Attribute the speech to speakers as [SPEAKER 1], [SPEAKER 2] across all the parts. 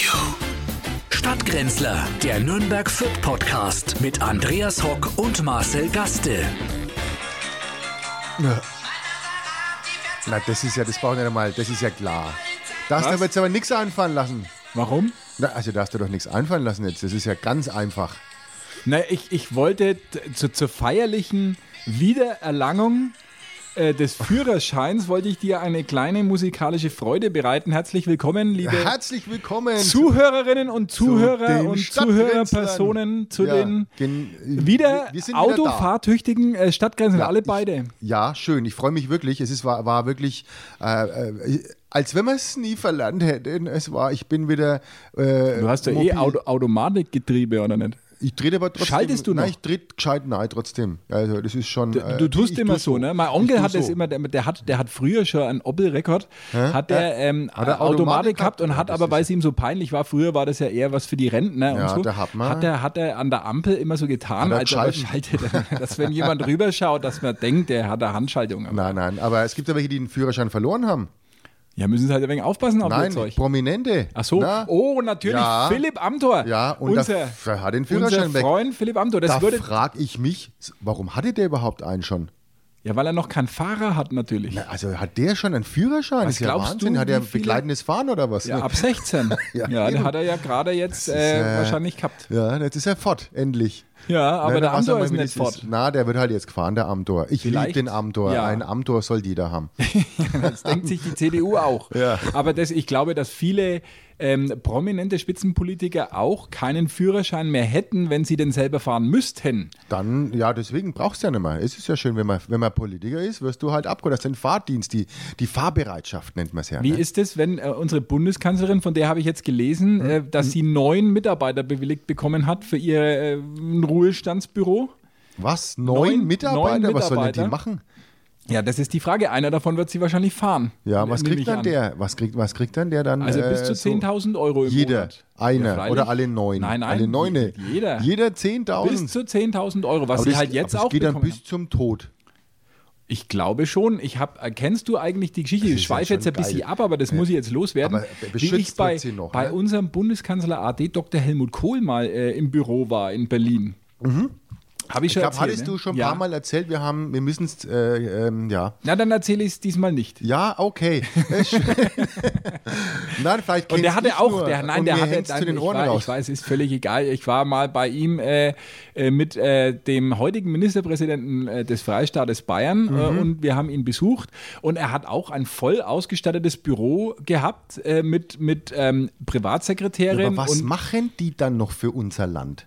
[SPEAKER 1] you. Stadtgrenzler, der Nürnberg Fit Podcast mit Andreas Hock und Marcel Gaste.
[SPEAKER 2] Na, na das ist ja, das brauchen wir nicht mal, das ist ja klar. Da hast du aber jetzt aber nichts einfallen lassen.
[SPEAKER 3] Warum?
[SPEAKER 2] Na, also da hast du doch nichts einfallen lassen jetzt. Das ist ja ganz einfach.
[SPEAKER 3] Na, ich, ich wollte t- zu, zur feierlichen Wiedererlangung äh, des Führerscheins wollte ich dir eine kleine musikalische Freude bereiten. Herzlich willkommen, liebe
[SPEAKER 2] Herzlich willkommen
[SPEAKER 3] Zuhörerinnen und Zuhörer
[SPEAKER 2] den
[SPEAKER 3] und
[SPEAKER 2] Stadtgrenzlern.
[SPEAKER 3] Zuhörerpersonen zu
[SPEAKER 2] Ja,
[SPEAKER 3] den
[SPEAKER 2] gen-
[SPEAKER 3] wieder
[SPEAKER 2] wir sind wieder da.
[SPEAKER 3] autofahrtüchtigen äh, Stadtgrenzen,
[SPEAKER 2] Ja,
[SPEAKER 3] alle
[SPEAKER 2] ich-
[SPEAKER 3] beide.
[SPEAKER 2] Ja, schön. Ich freue mich wirklich. Es ist, war, war wirklich, äh, äh, als wenn wir es nie verlernt hätten. Es war, ich bin wieder. Äh,
[SPEAKER 3] Du hast ja eh
[SPEAKER 2] mobil.
[SPEAKER 3] Auto Automatikgetriebe, oder nicht?
[SPEAKER 2] Ich drehe aber trotzdem.
[SPEAKER 3] Schaltest du
[SPEAKER 2] Nein,
[SPEAKER 3] noch?
[SPEAKER 2] ich drehe gescheit nein trotzdem. Also, das ist schon.
[SPEAKER 3] Du, du tust immer so, ne? Mein Onkel hat
[SPEAKER 2] es
[SPEAKER 3] es immer, der, der, hat, der hat früher schon einen Opel-Rekord, hat der, ähm,
[SPEAKER 2] Hat er
[SPEAKER 3] Automatik,
[SPEAKER 2] Automatik
[SPEAKER 3] gehabt und
[SPEAKER 2] gehabt?
[SPEAKER 3] hat
[SPEAKER 2] Ja, das
[SPEAKER 3] aber, weil
[SPEAKER 2] ist-
[SPEAKER 3] es ihm so peinlich war, früher war das ja eher was für die Rentner
[SPEAKER 2] Ja,
[SPEAKER 3] und so,
[SPEAKER 2] da hat man-
[SPEAKER 3] hat er hat er an der Ampel immer so getan,
[SPEAKER 2] Hat er
[SPEAKER 3] als er
[SPEAKER 2] geschalten.
[SPEAKER 3] schaltet, dass wenn jemand rüberschaut, dass man denkt, der hat eine Handschaltung. Aber
[SPEAKER 2] Nein, nein, aber es gibt ja welche, die den Führerschein verloren haben.
[SPEAKER 3] ja, müssen sie halt ein wenig aufpassen auf
[SPEAKER 2] Nein,
[SPEAKER 3] das Zeug.
[SPEAKER 2] Prominente.
[SPEAKER 3] Ach so,
[SPEAKER 2] Na?
[SPEAKER 3] oh, natürlich,
[SPEAKER 2] Ja.
[SPEAKER 3] Philipp Amthor.
[SPEAKER 2] Ja, und
[SPEAKER 3] unser,
[SPEAKER 2] da hat den
[SPEAKER 3] unser
[SPEAKER 2] Führerschein weg.
[SPEAKER 3] Freund Philipp Amthor. Das
[SPEAKER 2] da
[SPEAKER 3] würde,
[SPEAKER 2] frage ich mich, warum hatte der überhaupt einen schon?
[SPEAKER 3] ja, weil er noch keinen Fahrer hat, natürlich.
[SPEAKER 2] Na, Also hat der schon einen Führerschein?
[SPEAKER 3] Was
[SPEAKER 2] ist ja
[SPEAKER 3] glaubst
[SPEAKER 2] Wahnsinn.
[SPEAKER 3] du,
[SPEAKER 2] hat er
[SPEAKER 3] wie viele-
[SPEAKER 2] begleitendes Fahren oder was? ne?
[SPEAKER 3] Ja, ab 16.
[SPEAKER 2] Ja,
[SPEAKER 3] ja,
[SPEAKER 2] eben.
[SPEAKER 3] den hat er ja gerade jetzt
[SPEAKER 2] äh,
[SPEAKER 3] äh, wahrscheinlich gehabt.
[SPEAKER 2] Ja, jetzt ist er fort, endlich. Ne,
[SPEAKER 3] Ja, aber
[SPEAKER 2] Na,
[SPEAKER 3] der
[SPEAKER 2] da weiß er
[SPEAKER 3] Amtor
[SPEAKER 2] mal,
[SPEAKER 3] ist
[SPEAKER 2] wie
[SPEAKER 3] nicht
[SPEAKER 2] das ist.
[SPEAKER 3] fort.
[SPEAKER 2] Na, der wird halt jetzt gefahren, der Amtor. Ich liebe
[SPEAKER 3] Vielleicht.
[SPEAKER 2] den Amtor.
[SPEAKER 3] Ja.
[SPEAKER 2] Ein Amtor soll jeder haben.
[SPEAKER 3] Das denkt sich die CDU auch.
[SPEAKER 2] Ja.
[SPEAKER 3] Aber das, ich glaube, dass viele ähm, prominente Spitzenpolitiker auch keinen Führerschein mehr hätten, wenn sie den selber fahren müssten.
[SPEAKER 2] Dann, ja, deswegen brauchst du ja nicht mehr. Es ist ja schön, wenn man, wenn man Politiker ist, wirst du halt abgeholt. Das ist ein Fahrdienst, die, die Fahrbereitschaft nennt man es ja.
[SPEAKER 3] Wie
[SPEAKER 2] ne?
[SPEAKER 3] ist es, wenn äh, unsere Bundeskanzlerin, von der habe ich jetzt gelesen,
[SPEAKER 2] Hm?
[SPEAKER 3] äh, dass sie neun Mitarbeiter bewilligt bekommen hat für ihr äh, Ruhestandsbüro?
[SPEAKER 2] Was? Neun,
[SPEAKER 3] Neun-
[SPEAKER 2] Mitarbeiter?
[SPEAKER 3] neun
[SPEAKER 2] Was sollen denn
[SPEAKER 3] Mitarbeiter?
[SPEAKER 2] die machen?
[SPEAKER 3] Ja, das ist die Frage. Einer davon wird sie wahrscheinlich fahren.
[SPEAKER 2] Ja, was
[SPEAKER 3] Nehme ich
[SPEAKER 2] kriegt dann
[SPEAKER 3] an.
[SPEAKER 2] der? Was kriegt, was kriegt dann der dann?
[SPEAKER 3] Also bis zu
[SPEAKER 2] äh, so?
[SPEAKER 3] 10.000 Euro im
[SPEAKER 2] Jeder,
[SPEAKER 3] Monat. Ja,
[SPEAKER 2] einer
[SPEAKER 3] freilich.
[SPEAKER 2] oder alle neun.
[SPEAKER 3] Nein, nein.
[SPEAKER 2] Alle neune.
[SPEAKER 3] Jeder.
[SPEAKER 2] Jeder 10.000.
[SPEAKER 3] Bis zu 10.000 Euro, was
[SPEAKER 2] Aber
[SPEAKER 3] sie
[SPEAKER 2] das-
[SPEAKER 3] halt jetzt
[SPEAKER 2] aber das
[SPEAKER 3] auch
[SPEAKER 2] geht dann
[SPEAKER 3] bekommen
[SPEAKER 2] bis
[SPEAKER 3] haben.
[SPEAKER 2] zum Tod.
[SPEAKER 3] Ich glaube schon. Ich hab, kennst du eigentlich die Geschichte?
[SPEAKER 2] Das
[SPEAKER 3] Ich
[SPEAKER 2] ist ja
[SPEAKER 3] schweife jetzt
[SPEAKER 2] schon
[SPEAKER 3] ein bisschen
[SPEAKER 2] geil.
[SPEAKER 3] ab, aber das muss ich jetzt loswerden.
[SPEAKER 2] Aber
[SPEAKER 3] Wie ich
[SPEAKER 2] beschützt
[SPEAKER 3] bei,
[SPEAKER 2] wird sie noch,
[SPEAKER 3] bei
[SPEAKER 2] ne?
[SPEAKER 3] unserem Bundeskanzler AD Dr. Helmut Kohl mal äh, im Büro war in Berlin. Habe ich
[SPEAKER 2] Mhm. Ich
[SPEAKER 3] schon
[SPEAKER 2] glaube,
[SPEAKER 3] erzählt.
[SPEAKER 2] hattest
[SPEAKER 3] ne?
[SPEAKER 2] du schon ein
[SPEAKER 3] ja.
[SPEAKER 2] paar Mal erzählt, wir haben, wir müssen es, äh, ähm, ja.
[SPEAKER 3] Na, dann erzähle ich es diesmal nicht.
[SPEAKER 2] Ja, okay. Äh, schön. nein, vielleicht
[SPEAKER 3] Und der
[SPEAKER 2] kenn's ich
[SPEAKER 3] hatte auch,
[SPEAKER 2] nur.
[SPEAKER 3] der, nein,
[SPEAKER 2] Und
[SPEAKER 3] der
[SPEAKER 2] mir
[SPEAKER 3] hatte,
[SPEAKER 2] hängt's
[SPEAKER 3] nein,
[SPEAKER 2] zu den
[SPEAKER 3] ich,
[SPEAKER 2] Ohren
[SPEAKER 3] war,
[SPEAKER 2] raus.
[SPEAKER 3] ich weiß, ist völlig egal. Ich war mal bei ihm äh, äh, mit äh, dem heutigen Ministerpräsidenten äh, des Freistaates Bayern
[SPEAKER 2] Mhm.
[SPEAKER 3] äh, und wir haben ihn besucht und er hat auch ein voll ausgestattetes Büro gehabt äh, mit, mit ähm, Privatsekretärin.
[SPEAKER 2] Aber was
[SPEAKER 3] und,
[SPEAKER 2] machen die dann noch für unser Land?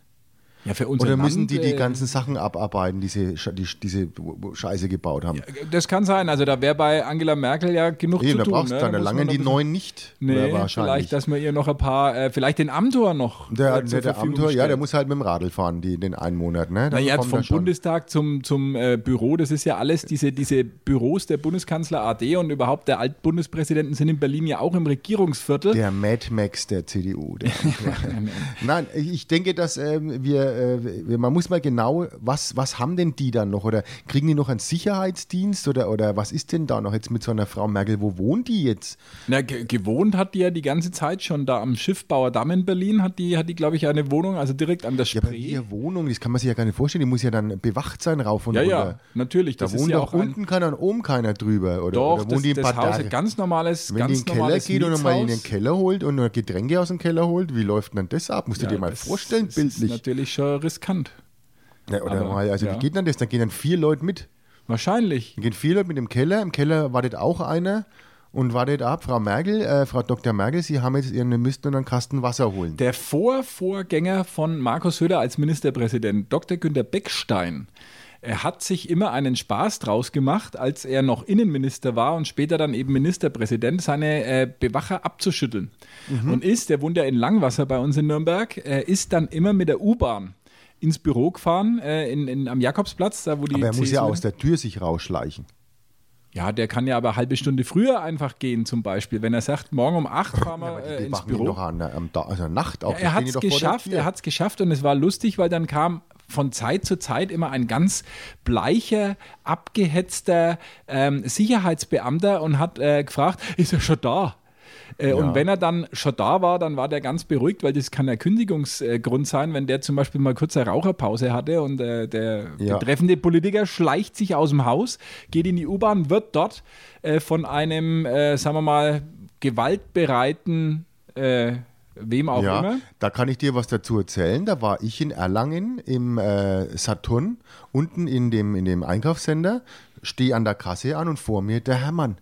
[SPEAKER 3] ja, für unser
[SPEAKER 2] Oder müssen
[SPEAKER 3] Land,
[SPEAKER 2] die die
[SPEAKER 3] äh,
[SPEAKER 2] ganzen Sachen abarbeiten, die sie, sch- die, diese Scheiße gebaut haben?
[SPEAKER 3] Das kann sein. Also da wäre bei Angela Merkel ja genug
[SPEAKER 2] nee,
[SPEAKER 3] zu
[SPEAKER 2] da
[SPEAKER 3] tun.
[SPEAKER 2] brauchst
[SPEAKER 3] ne?
[SPEAKER 2] du dann,
[SPEAKER 3] Da
[SPEAKER 2] da
[SPEAKER 3] muss man
[SPEAKER 2] langen
[SPEAKER 3] noch
[SPEAKER 2] die
[SPEAKER 3] ein bisschen-
[SPEAKER 2] neuen nicht.
[SPEAKER 3] Nee,
[SPEAKER 2] äh, wahrscheinlich.
[SPEAKER 3] vielleicht, dass man ihr noch ein paar, äh, vielleicht den Amtor noch.
[SPEAKER 2] der, ne,
[SPEAKER 3] äh, zur
[SPEAKER 2] der, der
[SPEAKER 3] Verfügung
[SPEAKER 2] Amtor, ja,
[SPEAKER 3] stellt.
[SPEAKER 2] der muss halt mit dem Radl fahren, die, den einen Monat. Ne? Dann
[SPEAKER 3] Naja,
[SPEAKER 2] kommt er
[SPEAKER 3] vom
[SPEAKER 2] schon.
[SPEAKER 3] Bundestag zum, zum äh, Büro, das ist ja alles, diese, diese Büros der Bundeskanzler AD und überhaupt der Altbundespräsidenten sind in Berlin ja auch im Regierungsviertel.
[SPEAKER 2] Der Mad Max der CDU. Der Nein, ich denke, dass ähm, wir, äh, wir- man muss mal genau, was, was haben denn die dann noch? Oder kriegen die noch einen Sicherheitsdienst? Oder, oder was ist denn da noch jetzt mit so einer Frau Merkel? Wo wohnt die jetzt?
[SPEAKER 3] Na, ge gewohnt hat die ja die ganze Zeit schon da am Schiffbauer Damm in Berlin, hat die, hat die glaube ich, eine Wohnung, also direkt an der
[SPEAKER 2] Ja, aber
[SPEAKER 3] Spree.
[SPEAKER 2] ihre Wohnung, das kann man sich ja gar nicht vorstellen. Die muss ja dann bewacht sein, rauf und
[SPEAKER 3] ja, ja,
[SPEAKER 2] runter.
[SPEAKER 3] natürlich.
[SPEAKER 2] Da
[SPEAKER 3] das ist
[SPEAKER 2] wohnt
[SPEAKER 3] ja
[SPEAKER 2] doch
[SPEAKER 3] auch ein,
[SPEAKER 2] unten keiner und oben keiner drüber. Oder,
[SPEAKER 3] doch,
[SPEAKER 2] oder
[SPEAKER 3] das,
[SPEAKER 2] wohnt die ein
[SPEAKER 3] das
[SPEAKER 2] paar
[SPEAKER 3] Haus
[SPEAKER 2] Tage?
[SPEAKER 3] ist ganz normales,
[SPEAKER 2] Wenn die
[SPEAKER 3] ganz
[SPEAKER 2] in den Keller
[SPEAKER 3] normales
[SPEAKER 2] geht und mal in den
[SPEAKER 3] Mietshaus.
[SPEAKER 2] Keller holt und noch Getränke aus dem Keller holt, wie läuft denn das ab? Musst du
[SPEAKER 3] Ja,
[SPEAKER 2] dir mal
[SPEAKER 3] das-
[SPEAKER 2] vorstellen,
[SPEAKER 3] das ist
[SPEAKER 2] bildlich.
[SPEAKER 3] natürlich schon riskant.
[SPEAKER 2] Ja, oder
[SPEAKER 3] aber-
[SPEAKER 2] mal, also
[SPEAKER 3] ja.
[SPEAKER 2] wie geht denn das? Dann gehen dann vier Leute mit.
[SPEAKER 3] Wahrscheinlich.
[SPEAKER 2] Dann gehen vier Leute mit dem Keller. Im Keller wartet auch einer und wartet ab. Frau Merkel, äh, Frau Dr. Merkel, Sie haben jetzt Ihren, müssten einen Kasten Wasser holen.
[SPEAKER 3] Der Vorvorgänger von Markus Söder als Ministerpräsident, Dr. Günter Beckstein, er hat sich immer einen Spaß draus gemacht, als er noch Innenminister war und später dann eben Ministerpräsident, seine äh, Bewacher abzuschütteln.
[SPEAKER 2] Mhm.
[SPEAKER 3] Und ist, der wohnt ja in Langwasser bei uns in Nürnberg, äh, ist dann immer mit der U-Bahn ins Büro gefahren, äh, in, in, am Jakobsplatz, da wo die
[SPEAKER 2] Aber er muss ja
[SPEAKER 3] CSU
[SPEAKER 2] aus der Tür sich rausschleichen.
[SPEAKER 3] ja, der kann ja aber eine halbe Stunde früher einfach gehen zum Beispiel, wenn er sagt, morgen um 8 fahren wir äh,
[SPEAKER 2] Die
[SPEAKER 3] ins
[SPEAKER 2] machen ihn
[SPEAKER 3] Büro.
[SPEAKER 2] doch an der, am Da- also Nacht auf.
[SPEAKER 3] Ja, er hat es geschafft, er hat es geschafft und es war lustig, weil dann kam von Zeit zu Zeit immer ein ganz bleicher, abgehetzter ähm, Sicherheitsbeamter und hat äh, gefragt, ist er schon da? Äh, Äh, Und wenn er dann schon da war, dann war der ganz beruhigt, weil das kann ein Kündigungsgrund sein, wenn der zum Beispiel mal kurz eine Raucherpause hatte und äh, der
[SPEAKER 2] Ja.
[SPEAKER 3] betreffende Politiker schleicht sich aus dem Haus, geht in die U-Bahn, wird dort äh, von einem, äh, sagen wir mal, gewaltbereiten, äh, wem auch
[SPEAKER 2] Ja,
[SPEAKER 3] immer.
[SPEAKER 2] da kann ich dir was dazu erzählen. Da war ich in Erlangen im äh, Saturn, unten in dem, in dem Einkaufscenter, stehe an der Kasse an und vor mir der Hermann.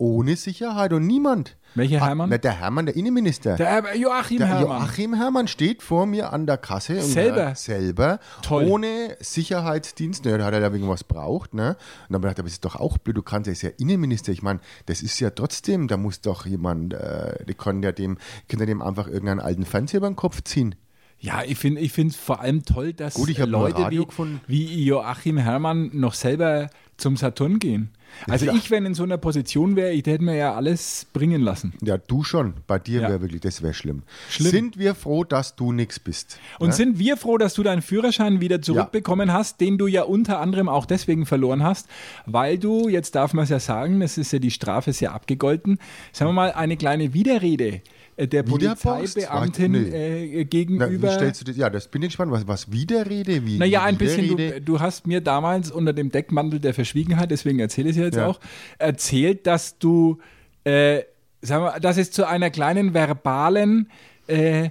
[SPEAKER 2] Ohne Sicherheit und niemand.
[SPEAKER 3] Welcher
[SPEAKER 2] Ah,
[SPEAKER 3] Hermann?
[SPEAKER 2] na, der Hermann, der Innenminister.
[SPEAKER 3] Der äh, Joachim
[SPEAKER 2] Der
[SPEAKER 3] Herrmann.
[SPEAKER 2] Joachim Herrmann steht vor mir an der Kasse. Und
[SPEAKER 3] Selber?
[SPEAKER 2] äh, selber.
[SPEAKER 3] Toll.
[SPEAKER 2] Ohne Sicherheitsdienst. Ne, da hat er da irgendwas braucht. Ne? Und dann habe ich gedacht, aber das ist doch auch blöd. Du kannst, er ist ja Innenminister. Ich meine, das ist ja trotzdem, da muss doch jemand, äh, die können ja dem, können ja dem einfach irgendeinen alten Fernseher über den Kopf ziehen.
[SPEAKER 3] Ja, ich finde ich find's vor allem toll, dass
[SPEAKER 2] Gut, ich hab nur
[SPEAKER 3] Leute
[SPEAKER 2] Radio
[SPEAKER 3] wie,
[SPEAKER 2] gefunden.
[SPEAKER 3] wie Joachim Herrmann noch selber zum Saturn gehen. Also
[SPEAKER 2] Ja.
[SPEAKER 3] ich, wenn in so einer Position wäre, ich hätte mir ja alles bringen lassen.
[SPEAKER 2] Ja, du schon. Bei dir
[SPEAKER 3] Ja.
[SPEAKER 2] wäre wirklich, das wäre schlimm.
[SPEAKER 3] Schlimm.
[SPEAKER 2] Sind wir froh, dass du nichts bist?
[SPEAKER 3] Und sind wir froh, dass du deinen Führerschein wieder zurückbekommen hast, den du ja unter anderem auch deswegen verloren hast, weil du, jetzt darf man es ja sagen, das ist ja die Strafe ist ja abgegolten, sagen wir mal, eine kleine Widerrede äh, der
[SPEAKER 2] Widerborst?
[SPEAKER 3] Polizeibeamtin
[SPEAKER 2] Warte,
[SPEAKER 3] äh,
[SPEAKER 2] Na,
[SPEAKER 3] gegenüber.
[SPEAKER 2] wie stellst du das? Ja, das bin ich gespannt. Was, was Widerrede? Wie,
[SPEAKER 3] Naja, ein bisschen.
[SPEAKER 2] Widerrede?
[SPEAKER 3] Du, du hast mir damals unter dem Deckmantel der Verschwiegenheit, deswegen erzähle ich es ja jetzt
[SPEAKER 2] Ja.
[SPEAKER 3] auch, erzählt, dass du, äh, sagen wir, dass es zu einer kleinen verbalen äh,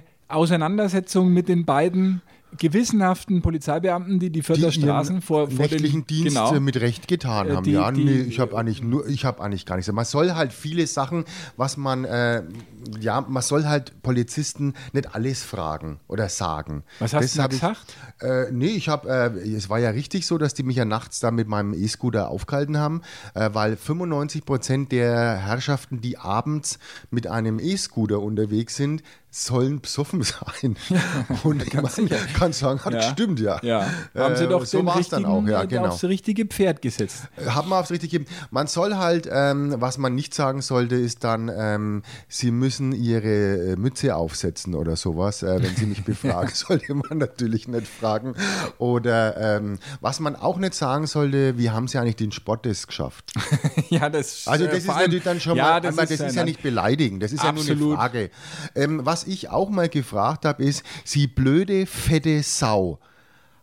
[SPEAKER 3] Auseinandersetzung mit den beiden gewissenhaften Polizeibeamten, die die Vierter
[SPEAKER 2] ihren
[SPEAKER 3] Straßen vor, vor
[SPEAKER 2] nächtlichen
[SPEAKER 3] den,
[SPEAKER 2] Dienst
[SPEAKER 3] genau,
[SPEAKER 2] äh, mit Recht getan
[SPEAKER 3] Äh,
[SPEAKER 2] haben.
[SPEAKER 3] die-
[SPEAKER 2] ja,
[SPEAKER 3] die-
[SPEAKER 2] nee, ich habe eigentlich nur, ich habe eigentlich gar nichts. Man soll halt viele Sachen, was man, äh, ja, man soll halt Polizisten nicht alles fragen oder sagen.
[SPEAKER 3] Was hast du
[SPEAKER 2] hab ich-
[SPEAKER 3] gesagt?
[SPEAKER 2] Äh, nee, ich habe, äh, es war ja richtig so, dass die mich ja nachts da mit meinem E-Scooter aufgehalten haben, äh, weil 95 Prozent der Herrschaften, die abends mit einem E-Scooter unterwegs sind, sollen besoffen sein. Und ich mein, kann sagen, hat gestimmt, ja.
[SPEAKER 3] ja. Haben sie
[SPEAKER 2] Äh,
[SPEAKER 3] doch
[SPEAKER 2] so
[SPEAKER 3] den
[SPEAKER 2] war es
[SPEAKER 3] richtigen,
[SPEAKER 2] dann auch, ja,
[SPEAKER 3] äh,
[SPEAKER 2] genau.
[SPEAKER 3] aufs richtige Pferd gesetzt.
[SPEAKER 2] Haben wir aufs richtig gegeben. Man soll halt, ähm, was man nicht sagen sollte, ist dann, ähm, sie müssen ihre äh, Mütze aufsetzen oder sowas. Äh, wenn sie mich befragen, sollte man natürlich nicht fragen. Oder ähm, was man auch nicht sagen sollte, wie haben sie eigentlich den Sportdesk geschafft?
[SPEAKER 3] ja, das,
[SPEAKER 2] Also
[SPEAKER 3] äh,
[SPEAKER 2] das ist
[SPEAKER 3] vor allem-
[SPEAKER 2] natürlich dann schon
[SPEAKER 3] ja,
[SPEAKER 2] mal,
[SPEAKER 3] das
[SPEAKER 2] einmal, das ist ja
[SPEAKER 3] nein.
[SPEAKER 2] nicht beleidigen, das ist ja nur
[SPEAKER 3] Absolut.
[SPEAKER 2] eine Frage. Ähm, was ich auch mal gefragt habe, ist, sie blöde, fette Sau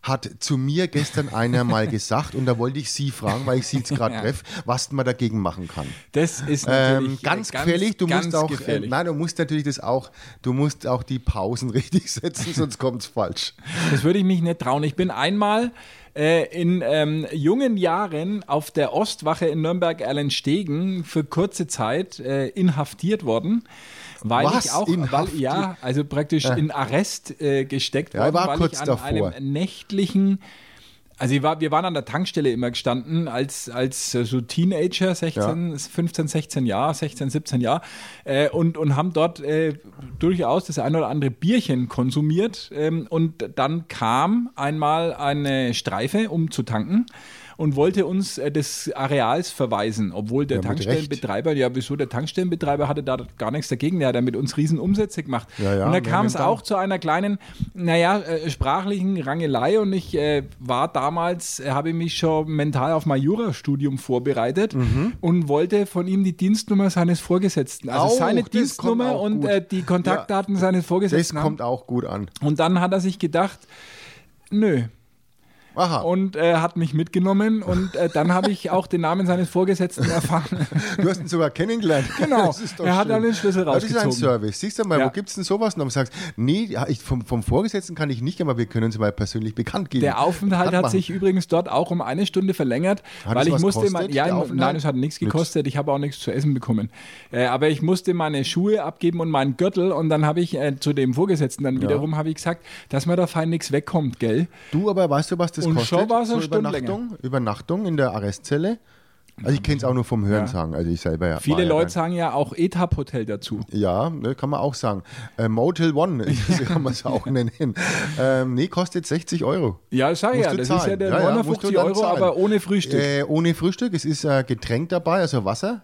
[SPEAKER 2] hat zu mir gestern einer mal gesagt und da wollte ich Sie fragen, weil ich Sie jetzt gerade treffe, was man dagegen machen kann.
[SPEAKER 3] Das ist natürlich
[SPEAKER 2] Ähm,
[SPEAKER 3] äh,
[SPEAKER 2] ganz, gefährlich, du
[SPEAKER 3] ganz
[SPEAKER 2] musst auch, äh,
[SPEAKER 3] gefährlich.
[SPEAKER 2] nein, du musst natürlich das auch, du musst auch die Pausen richtig setzen, sonst kommt es falsch.
[SPEAKER 3] Das würde ich mich nicht trauen. Ich bin einmal äh, in ähm, jungen Jahren auf der Ostwache in Nürnberg-Erlenstegen für kurze Zeit äh, inhaftiert worden. Weil
[SPEAKER 2] Was?
[SPEAKER 3] ich auch, weil,
[SPEAKER 2] Inhaftiert?
[SPEAKER 3] ja, also praktisch in Arrest äh, gesteckt
[SPEAKER 2] Ja,
[SPEAKER 3] worden,
[SPEAKER 2] war
[SPEAKER 3] weil
[SPEAKER 2] kurz
[SPEAKER 3] ich an
[SPEAKER 2] davor.
[SPEAKER 3] einem nächtlichen also ich war, wir waren an der Tankstelle immer gestanden, als, als äh, so Teenager, 16, 15, 16 Jahre, 16, 17 Jahre, äh, und, und haben dort äh, durchaus das ein oder andere Bierchen konsumiert. Ähm, und dann kam einmal eine Streife, um zu tanken. Und wollte uns äh, des Areals verweisen, obwohl der
[SPEAKER 2] Ja, mit
[SPEAKER 3] Tankstellenbetreiber, ja, wieso der Tankstellenbetreiber hatte da gar nichts dagegen, der hat ja mit uns riesen Umsätze gemacht.
[SPEAKER 2] Ja, ja,
[SPEAKER 3] und da
[SPEAKER 2] wir
[SPEAKER 3] kam es
[SPEAKER 2] haben dann-
[SPEAKER 3] auch zu einer kleinen, naja, äh, sprachlichen Rangelei und ich äh, war damals, äh, habe ich mich schon mental auf mein Jurastudium vorbereitet
[SPEAKER 2] Mhm.
[SPEAKER 3] und wollte von ihm die Dienstnummer seines Vorgesetzten, also
[SPEAKER 2] Auch,
[SPEAKER 3] seine
[SPEAKER 2] das kommt
[SPEAKER 3] Dienstnummer
[SPEAKER 2] auch
[SPEAKER 3] und
[SPEAKER 2] gut.
[SPEAKER 3] äh, die Kontaktdaten seines
[SPEAKER 2] Das
[SPEAKER 3] Vorgesetzten.
[SPEAKER 2] kommt
[SPEAKER 3] Haben.
[SPEAKER 2] auch gut an.
[SPEAKER 3] Und dann hat er sich gedacht, nö,
[SPEAKER 2] Aha.
[SPEAKER 3] und äh, hat mich mitgenommen und äh, dann habe ich auch den Namen seines Vorgesetzten erfahren.
[SPEAKER 2] Du hast ihn sogar kennengelernt.
[SPEAKER 3] Genau.
[SPEAKER 2] Das ist doch
[SPEAKER 3] Er hat
[SPEAKER 2] schön.
[SPEAKER 3] dann den Schlüssel
[SPEAKER 2] Ja, Das ist ein
[SPEAKER 3] rausgezogen.
[SPEAKER 2] Service. Siehst du mal,
[SPEAKER 3] Ja.
[SPEAKER 2] wo gibt es denn sowas noch? Und du sagst, nee, ja, ich, vom, vom Vorgesetzten kann ich nicht, aber wir können uns mal persönlich bekannt geben.
[SPEAKER 3] Der Aufenthalt
[SPEAKER 2] Bekannt
[SPEAKER 3] hat
[SPEAKER 2] machen.
[SPEAKER 3] sich übrigens dort auch um eine Stunde verlängert,
[SPEAKER 2] Hat
[SPEAKER 3] weil
[SPEAKER 2] es
[SPEAKER 3] ich
[SPEAKER 2] was
[SPEAKER 3] musste
[SPEAKER 2] gekostet,
[SPEAKER 3] mein, ja,
[SPEAKER 2] der Aufenthalt?
[SPEAKER 3] nein, es hat nichts
[SPEAKER 2] Nix.
[SPEAKER 3] gekostet, ich habe auch nichts zu essen bekommen. Äh, aber ich musste meine Schuhe abgeben und meinen Gürtel und dann habe ich äh, zu dem Vorgesetzten dann wiederum habe ich gesagt, dass mir da fein nichts wegkommt, gell?
[SPEAKER 2] Du, aber weißt du, was das
[SPEAKER 3] Und
[SPEAKER 2] kostet?
[SPEAKER 3] schon war's eine Stunde
[SPEAKER 2] Übernachtung, Übernachtung in der Arrestzelle. Also ich kenne es auch nur vom Hören sagen. Also ich selber ja. war
[SPEAKER 3] Viele
[SPEAKER 2] ja
[SPEAKER 3] Leute
[SPEAKER 2] dann-
[SPEAKER 3] sagen ja auch Etap-Hotel dazu.
[SPEAKER 2] Ja, ne, kann man auch sagen. Äh, Motel One, so kann man es auch nennen. Ähm, nee, kostet 60 Euro.
[SPEAKER 3] Ja, das sag ich
[SPEAKER 2] Musst
[SPEAKER 3] Ah ja,
[SPEAKER 2] du
[SPEAKER 3] das ist
[SPEAKER 2] zahlen.
[SPEAKER 3] ja der
[SPEAKER 2] musst du
[SPEAKER 3] 59
[SPEAKER 2] dann
[SPEAKER 3] Euro,
[SPEAKER 2] zahlen.
[SPEAKER 3] aber ohne Frühstück.
[SPEAKER 2] Äh, ohne Frühstück, es ist äh, Getränk dabei, also Wasser.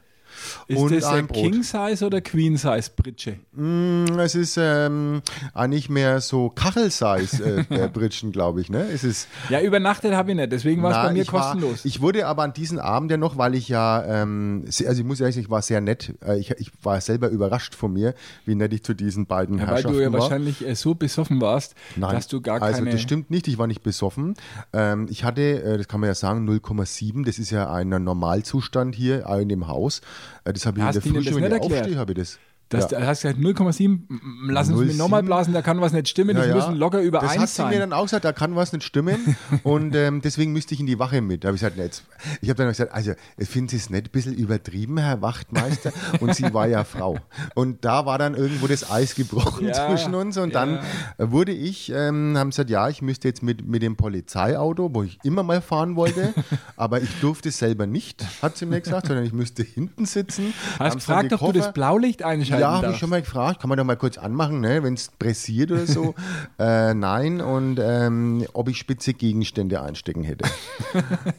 [SPEAKER 3] Ist
[SPEAKER 2] und
[SPEAKER 3] das
[SPEAKER 2] ein
[SPEAKER 3] ein
[SPEAKER 2] Brot.
[SPEAKER 3] King-Size oder Queen-Size-Pritsche?
[SPEAKER 2] Mm, Es ist ähm, auch nicht mehr so Kachel-Size äh, äh, Britschen, glaube ich. Ne? Es ist,
[SPEAKER 3] Ja, übernachtet habe ich nicht, deswegen war es
[SPEAKER 2] Na,
[SPEAKER 3] bei mir
[SPEAKER 2] ich war-
[SPEAKER 3] kostenlos.
[SPEAKER 2] ich wurde aber an diesem Abend ja noch, weil ich ja, ähm, se- also ich muss ehrlich sagen, ich war sehr nett. Äh, ich, ich war selber überrascht von mir, wie nett ich zu diesen beiden
[SPEAKER 3] ja, weil
[SPEAKER 2] Herrschaften
[SPEAKER 3] du ja
[SPEAKER 2] war.
[SPEAKER 3] wahrscheinlich äh, so besoffen warst,
[SPEAKER 2] Nein,
[SPEAKER 3] dass du gar
[SPEAKER 2] also
[SPEAKER 3] keine.
[SPEAKER 2] das stimmt nicht, ich war nicht besoffen. Ähm, ich hatte, äh, das kann man ja sagen, 0,7, das ist ja ein Normalzustand hier auch in dem Haus. Äh, das habe ich
[SPEAKER 3] Hast
[SPEAKER 2] in
[SPEAKER 3] du
[SPEAKER 2] der
[SPEAKER 3] ihnen
[SPEAKER 2] Früh
[SPEAKER 3] das
[SPEAKER 2] schon, wenn
[SPEAKER 3] nicht
[SPEAKER 2] ich
[SPEAKER 3] erklärt?
[SPEAKER 2] aufstehe, habe ich das.
[SPEAKER 3] Das,
[SPEAKER 2] ja.
[SPEAKER 3] Du hast gesagt 0,7, m- lassen Sie mich
[SPEAKER 2] 0,7?
[SPEAKER 3] nochmal blasen, da kann was nicht stimmen, das
[SPEAKER 2] Ja, ja.
[SPEAKER 3] müssen locker über
[SPEAKER 2] das
[SPEAKER 3] 1
[SPEAKER 2] hat sie mir
[SPEAKER 3] sein.
[SPEAKER 2] dann auch gesagt, da kann was nicht stimmen und ähm, deswegen müsste ich in die Wache mit. Da habe ich gesagt, na, jetzt, ich habe dann auch gesagt, also finden Sie es nicht ein bisschen übertrieben, Herr Wachtmeister? Und sie war ja Frau. Und da war dann irgendwo das Eis gebrochen
[SPEAKER 3] Ja,
[SPEAKER 2] zwischen uns und dann wurde ich, ähm, haben gesagt, ja, ich müsste jetzt mit, mit dem Polizeiauto, wo ich immer mal fahren wollte, aber ich durfte selber nicht, hat sie mir gesagt, sondern ich müsste hinten sitzen. Haben
[SPEAKER 3] Hast
[SPEAKER 2] sie dann
[SPEAKER 3] gefragt,
[SPEAKER 2] die
[SPEAKER 3] ob du das
[SPEAKER 2] Koffer-
[SPEAKER 3] Blaulicht einschalten
[SPEAKER 2] ja, habe ich
[SPEAKER 3] darfst.
[SPEAKER 2] schon mal gefragt. Kann man doch mal kurz anmachen, ne? wenn es pressiert oder so. äh, nein. Und ähm, ob ich spitze Gegenstände einstecken hätte.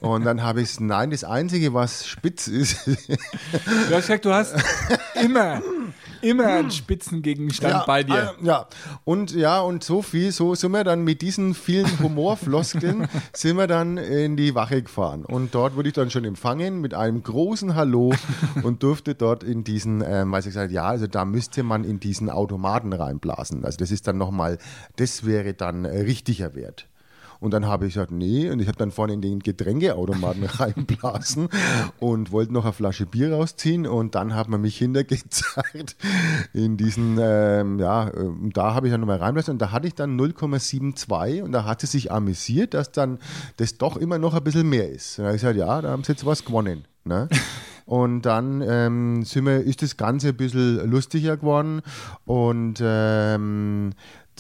[SPEAKER 2] und dann habe ich es, nein, das Einzige, was spitz ist,
[SPEAKER 3] Du hast gesagt, du hast immer, immer einen Spitzengegenstand bei dir.
[SPEAKER 2] äh, Hm. ja. Und ja, und so viel, so sind wir dann mit diesen vielen Humorfloskeln, sind wir dann in die Wache gefahren. Und dort wurde ich dann schon empfangen mit einem großen Hallo und durfte dort in diesen, ähm, weiß ich gesagt, ja, also da müsste man in diesen Automaten reinblasen. Also das ist dann nochmal, das wäre dann äh, richtiger Wert. Und dann habe ich gesagt, nee, und ich habe dann vorne in den Getränkeautomaten reinblasen und wollte noch eine Flasche Bier rausziehen und dann hat man mich hintergezerrt in diesen, ähm, ja, äh, und da habe ich dann nochmal reinblasen und da hatte ich dann 0,72 und da hat sie sich amüsiert, dass dann das doch immer noch ein bisschen mehr ist. Und da habe ich gesagt, ja, da haben sie jetzt was gewonnen. Ne? Und dann ähm, sind wir, ist das Ganze ein bisschen lustiger geworden und ähm,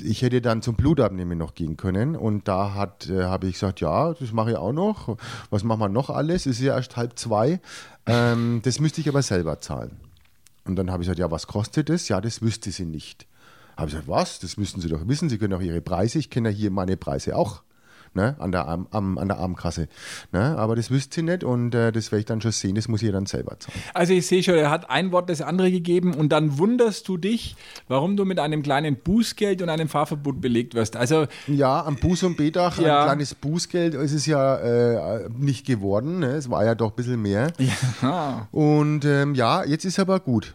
[SPEAKER 2] ich hätte dann zum Blutabnehmen noch gehen können und da hat, äh, habe ich gesagt, ja, das mache ich auch noch. Was machen wir noch alles? Es ist ja erst halb zwei. Ähm, das müsste ich aber selber zahlen. Und dann habe ich gesagt, ja, was kostet das? Ja, das wüsste sie nicht. Habe ich gesagt, was? Das müssen Sie doch wissen. Sie können auch Ihre Preise. Ich kenne ja hier meine Preise auch. Ne, an, der Arm, am, an der Armkasse. Ne, aber das wüsste sie nicht und äh, das werde ich dann schon sehen. Das muss ich ihr dann selber zahlen.
[SPEAKER 3] Also ich sehe schon, er hat ein Wort das andere gegeben und dann wunderst du dich, warum du mit einem kleinen Bußgeld und einem Fahrverbot belegt wirst. Also
[SPEAKER 2] Ja, am Buß- und Betag,
[SPEAKER 3] Ja.
[SPEAKER 2] ein kleines Bußgeld ist es ja äh, nicht geworden. Ne? Es war ja doch ein bisschen mehr. Und ähm, ja, jetzt ist aber gut.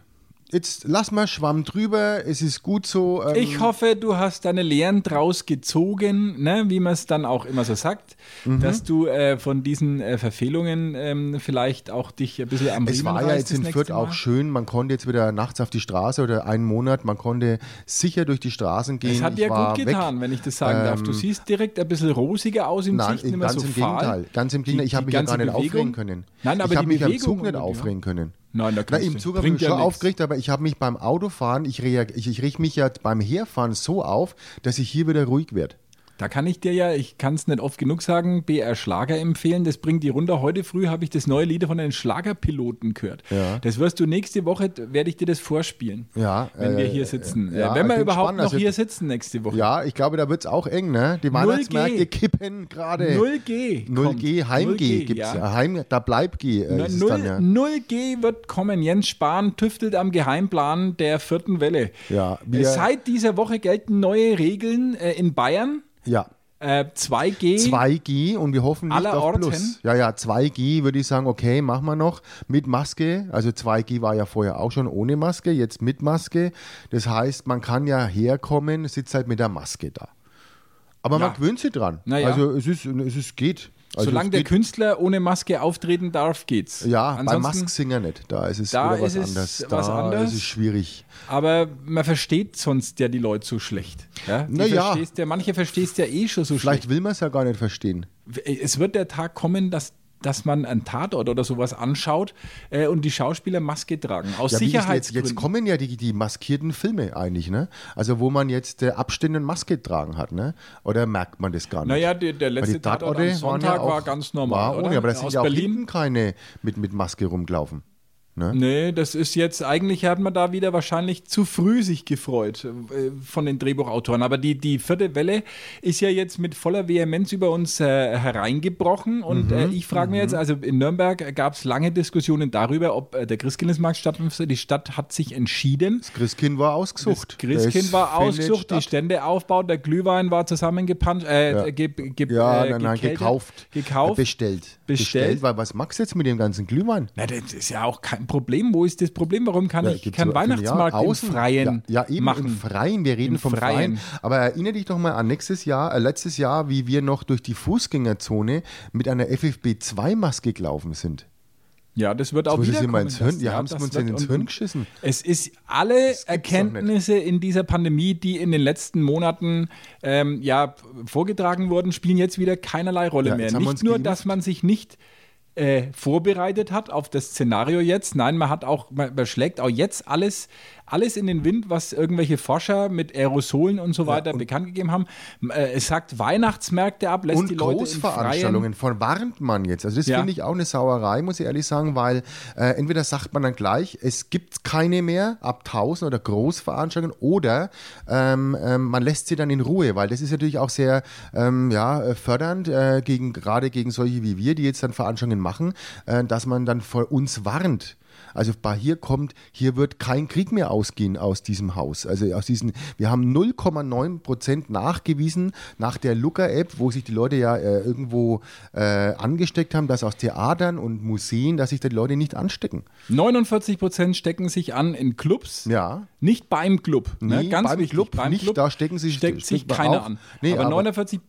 [SPEAKER 2] Jetzt lass mal Schwamm drüber, es ist gut so. Ähm,
[SPEAKER 3] ich hoffe, du hast deine Lehren draus gezogen, ne, wie man es dann auch immer so sagt,
[SPEAKER 2] Mhm.
[SPEAKER 3] dass du äh, von diesen äh, Verfehlungen ähm, vielleicht auch dich ein bisschen am
[SPEAKER 2] es
[SPEAKER 3] Riemen
[SPEAKER 2] war ja
[SPEAKER 3] reißt
[SPEAKER 2] jetzt
[SPEAKER 3] das
[SPEAKER 2] in
[SPEAKER 3] nächste
[SPEAKER 2] Fürth
[SPEAKER 3] Mal.
[SPEAKER 2] auch schön, man konnte jetzt wieder nachts auf die Straße oder einen Monat, man konnte sicher durch die Straßen gehen.
[SPEAKER 3] Es hat
[SPEAKER 2] Ich
[SPEAKER 3] dir
[SPEAKER 2] war Ähm,
[SPEAKER 3] gut getan, wenn ich das sagen darf. Du siehst direkt ein bisschen rosiger aus im
[SPEAKER 2] Nein,
[SPEAKER 3] Gesicht, nicht mehr
[SPEAKER 2] ganz
[SPEAKER 3] so
[SPEAKER 2] im
[SPEAKER 3] fahl.
[SPEAKER 2] Gegenteil. Ganz im Gegenteil.
[SPEAKER 3] Die-
[SPEAKER 2] Ich habe
[SPEAKER 3] die
[SPEAKER 2] mich ja
[SPEAKER 3] ganze
[SPEAKER 2] gar nicht
[SPEAKER 3] Bewegung-
[SPEAKER 2] aufregen können.
[SPEAKER 3] Nein, aber
[SPEAKER 2] ich habe
[SPEAKER 3] die
[SPEAKER 2] mich am
[SPEAKER 3] Bewegung
[SPEAKER 2] Zug nicht
[SPEAKER 3] und-
[SPEAKER 2] aufregen können.
[SPEAKER 3] Nein, da
[SPEAKER 2] Na,
[SPEAKER 3] kannst
[SPEAKER 2] Im
[SPEAKER 3] du-
[SPEAKER 2] Zug habe ich
[SPEAKER 3] bringt
[SPEAKER 2] mich schon
[SPEAKER 3] ja nix.
[SPEAKER 2] aufgeregt, aber ich habe mich beim Autofahren, ich, reag- ich, ich reg mich ja beim Herfahren so auf, dass ich hier wieder ruhig werde.
[SPEAKER 3] Da kann ich dir ja, ich kann es nicht oft genug sagen, BR Schlager empfehlen. Das bringt die runter. Heute früh habe ich das neue Lied von den Schlagerpiloten gehört.
[SPEAKER 2] Ja.
[SPEAKER 3] Das wirst du nächste Woche, werde ich dir das vorspielen.
[SPEAKER 2] Ja,
[SPEAKER 3] Wenn
[SPEAKER 2] äh,
[SPEAKER 3] wir hier sitzen.
[SPEAKER 2] äh, ja,
[SPEAKER 3] Äh, wenn wir
[SPEAKER 2] ich bin
[SPEAKER 3] überhaupt
[SPEAKER 2] gespannt,
[SPEAKER 3] noch
[SPEAKER 2] also-
[SPEAKER 3] hier sitzen nächste Woche.
[SPEAKER 2] Ja, ich glaube, da wird es auch eng, ne? Die
[SPEAKER 3] 0G.
[SPEAKER 2] Weihnachtsmärkte kippen gerade.
[SPEAKER 3] 0G.
[SPEAKER 2] 0G,
[SPEAKER 3] kommt.
[SPEAKER 2] Heim-G gibt es.
[SPEAKER 3] ja.
[SPEAKER 2] Heim, da bleibt G. Äh,
[SPEAKER 3] Na,
[SPEAKER 2] ist es
[SPEAKER 3] null-
[SPEAKER 2] dann, ja.
[SPEAKER 3] 0G wird kommen. Jens Spahn tüftelt am Geheimplan der vierten Welle.
[SPEAKER 2] Ja, wir-
[SPEAKER 3] Äh, Seit dieser Woche gelten neue Regeln äh, in Bayern.
[SPEAKER 2] ja.
[SPEAKER 3] Äh, 2G.
[SPEAKER 2] 2G und wir hoffen nicht auf
[SPEAKER 3] Allerorten?
[SPEAKER 2] Plus. Ja, ja, 2G würde ich sagen, okay, machen wir noch mit Maske. Also 2G war ja vorher auch schon ohne Maske, jetzt mit Maske. Das heißt, man kann ja herkommen, sitzt halt mit der Maske da. Aber
[SPEAKER 3] Ja.
[SPEAKER 2] man gewöhnt sich dran.
[SPEAKER 3] Na ja.
[SPEAKER 2] Also es ist, es ist geht. Also
[SPEAKER 3] Solange
[SPEAKER 2] es
[SPEAKER 3] der
[SPEAKER 2] geht.
[SPEAKER 3] Künstler ohne Maske auftreten darf, geht's.
[SPEAKER 2] Ja,
[SPEAKER 3] Ansonsten,
[SPEAKER 2] bei Masksinger nicht. Da ist es
[SPEAKER 3] Da
[SPEAKER 2] wieder was
[SPEAKER 3] ist es
[SPEAKER 2] anderes.
[SPEAKER 3] was
[SPEAKER 2] da
[SPEAKER 3] anderes.
[SPEAKER 2] ist es schwierig.
[SPEAKER 3] Aber man versteht sonst ja die Leute so schlecht. Ja? Die
[SPEAKER 2] Na ja.
[SPEAKER 3] verstehst ja, manche verstehst ja eh schon so
[SPEAKER 2] Vielleicht will man es ja gar nicht verstehen.
[SPEAKER 3] schlecht. Äh, Es wird der Tag kommen, dass dass man einen Tatort oder sowas anschaut äh, und die Schauspieler Maske tragen. Aus
[SPEAKER 2] Ja, wie ist denn jetzt,
[SPEAKER 3] Sicherheitsgründen.
[SPEAKER 2] jetzt kommen ja die, die maskierten Filme eigentlich, ne? Also wo man jetzt äh, Abstände und Maske tragen hat, ne? Oder merkt man das gar nicht?
[SPEAKER 3] Naja, der- der
[SPEAKER 2] Weil
[SPEAKER 3] letzte Tatort am
[SPEAKER 2] waren
[SPEAKER 3] Sonntag war ganz normal,
[SPEAKER 2] War ohne,
[SPEAKER 3] oder?
[SPEAKER 2] aber da sind
[SPEAKER 3] Aus
[SPEAKER 2] ja auch
[SPEAKER 3] Berlin.
[SPEAKER 2] hinten keine mit, mit Maske rumgelaufen.
[SPEAKER 3] Ne? Nee, das ist jetzt, eigentlich hat man da wieder wahrscheinlich zu früh sich gefreut äh, von den Drehbuchautoren. Aber die, die vierte Welle ist ja jetzt mit voller Vehemenz über uns äh, hereingebrochen. Und mhm. äh, ich frage mich mhm. jetzt, also in Nürnberg gab es lange Diskussionen darüber, ob äh, der Christkindlesmarkt stattfinden soll. Die Stadt hat sich entschieden.
[SPEAKER 2] Das Christkind war ausgesucht.
[SPEAKER 3] Das Christkind das war ausgesucht, statt. die Stände aufbaut, der Glühwein war zusammengepanscht, ja. ge, ge, äh,
[SPEAKER 2] ja, nein, nein, gekauft.
[SPEAKER 3] gekauft.
[SPEAKER 2] Bestellt.
[SPEAKER 3] Bestellt. Bestellt
[SPEAKER 2] weil was magst du jetzt mit dem ganzen Glühwein?
[SPEAKER 3] Na, das ist ja auch kein Problem. Wo ist das Problem? Warum kann ja, ich keinen Weihnachtsmarkt ja, außen, im Freien
[SPEAKER 2] ja, ja, eben
[SPEAKER 3] machen?
[SPEAKER 2] Im Freien, wir reden Im vom Freien. Freien. Aber erinnere dich doch mal an nächstes Jahr, äh, letztes Jahr, wie wir noch durch die Fußgängerzone mit einer FFB2-Maske gelaufen sind.
[SPEAKER 3] Ja, das wird auch so, wieder.
[SPEAKER 2] Kommen, ins Hirn, ja, haben sie uns in ins Hirn geschissen.
[SPEAKER 3] Es ist alle Erkenntnisse in dieser Pandemie, die in den letzten Monaten ähm, ja, vorgetragen wurden, spielen jetzt wieder keinerlei Rolle ja, mehr. Nicht nur, dass man sich nicht äh, vorbereitet hat auf das Szenario jetzt. Nein, man hat auch, man, man schlägt auch jetzt alles, alles in den Wind, was irgendwelche Forscher mit Aerosolen und so weiter ja, und bekannt gegeben haben. Äh, es sagt Weihnachtsmärkte ab, lässt
[SPEAKER 2] und
[SPEAKER 3] die
[SPEAKER 2] Leute Großveranstaltungen von warnt man jetzt. Also das ja. finde ich auch eine Sauerei, muss ich ehrlich sagen, weil äh, entweder sagt man dann gleich, es gibt keine mehr ab 1000 oder Großveranstaltungen oder ähm, ähm, man lässt sie dann in Ruhe, weil das ist natürlich auch sehr ähm, ja, fördernd äh, gegen gerade gegen solche wie wir, die jetzt dann Veranstaltungen machen machen, äh, dass man dann vor uns warnt. Also bei hier kommt, hier wird kein Krieg mehr ausgehen aus diesem Haus. Also aus diesen, wir haben 0,9 Prozent nachgewiesen nach der Looker-App, wo sich die Leute ja äh, irgendwo äh, angesteckt haben, dass aus Theatern und Museen, dass sich da die Leute nicht anstecken.
[SPEAKER 3] 49 Prozent stecken sich an in Clubs.
[SPEAKER 2] Ja.
[SPEAKER 3] Nicht beim Club. Ne?
[SPEAKER 2] Nee, Ganz beim wichtig, Club beim nicht, Club da stecken sich,
[SPEAKER 3] steckt sich keiner auf. an. Nee, aber, aber 49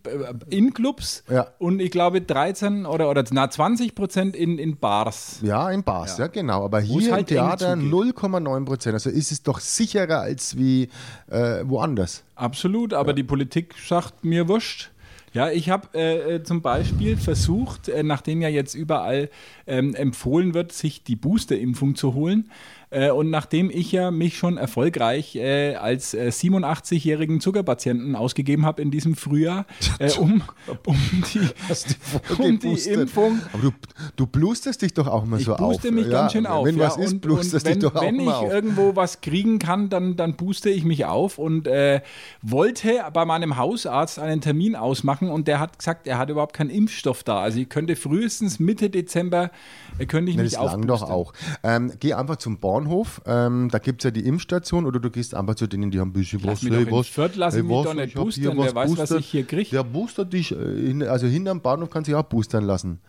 [SPEAKER 3] in Clubs
[SPEAKER 2] ja.
[SPEAKER 3] und ich glaube 13 oder, oder na, 20 Prozent in, in Bars.
[SPEAKER 2] Ja, in Bars, ja, ja genau. Aber hier hier halt im Theater 0,9 Prozent. Also ist es doch sicherer als wie äh, woanders.
[SPEAKER 3] Absolut, aber ja. die Politik sagt mir wurscht. Ja, ich habe äh, zum Beispiel versucht, äh, nachdem ja jetzt überall ähm, empfohlen wird, sich die Boosterimpfung zu holen. Äh, und nachdem ich ja mich schon erfolgreich äh, als 87-jährigen Zuckerpatienten ausgegeben habe in diesem Frühjahr, um, um die, um die Impfung.
[SPEAKER 2] Aber du, du blustest dich doch auch mal so auf.
[SPEAKER 3] Ich booste mich ja, ganz schön auf.
[SPEAKER 2] Wenn
[SPEAKER 3] ja,
[SPEAKER 2] was ist, blustest dich doch auch
[SPEAKER 3] wenn
[SPEAKER 2] mal auf.
[SPEAKER 3] Wenn ich irgendwo was kriegen kann, dann, dann booste ich mich auf und äh, wollte bei meinem Hausarzt einen Termin ausmachen und der hat gesagt, er hat überhaupt keinen Impfstoff da. Also ich könnte frühestens Mitte Dezember könnte ich ne, mich
[SPEAKER 2] Das lang doch auch. Ähm, geh einfach zum Bahnhof, ähm, da gibt es ja die Impfstation oder du gehst einfach zu denen, die haben ein bisschen
[SPEAKER 3] lass was. Mich hey, doch was, Fürth, lass hey, mich was, doch nicht boostern, wer weiß, boostert, was ich hier kriege.
[SPEAKER 2] Der boostert dich, also hinterm Bahnhof kannst du dich auch boostern lassen.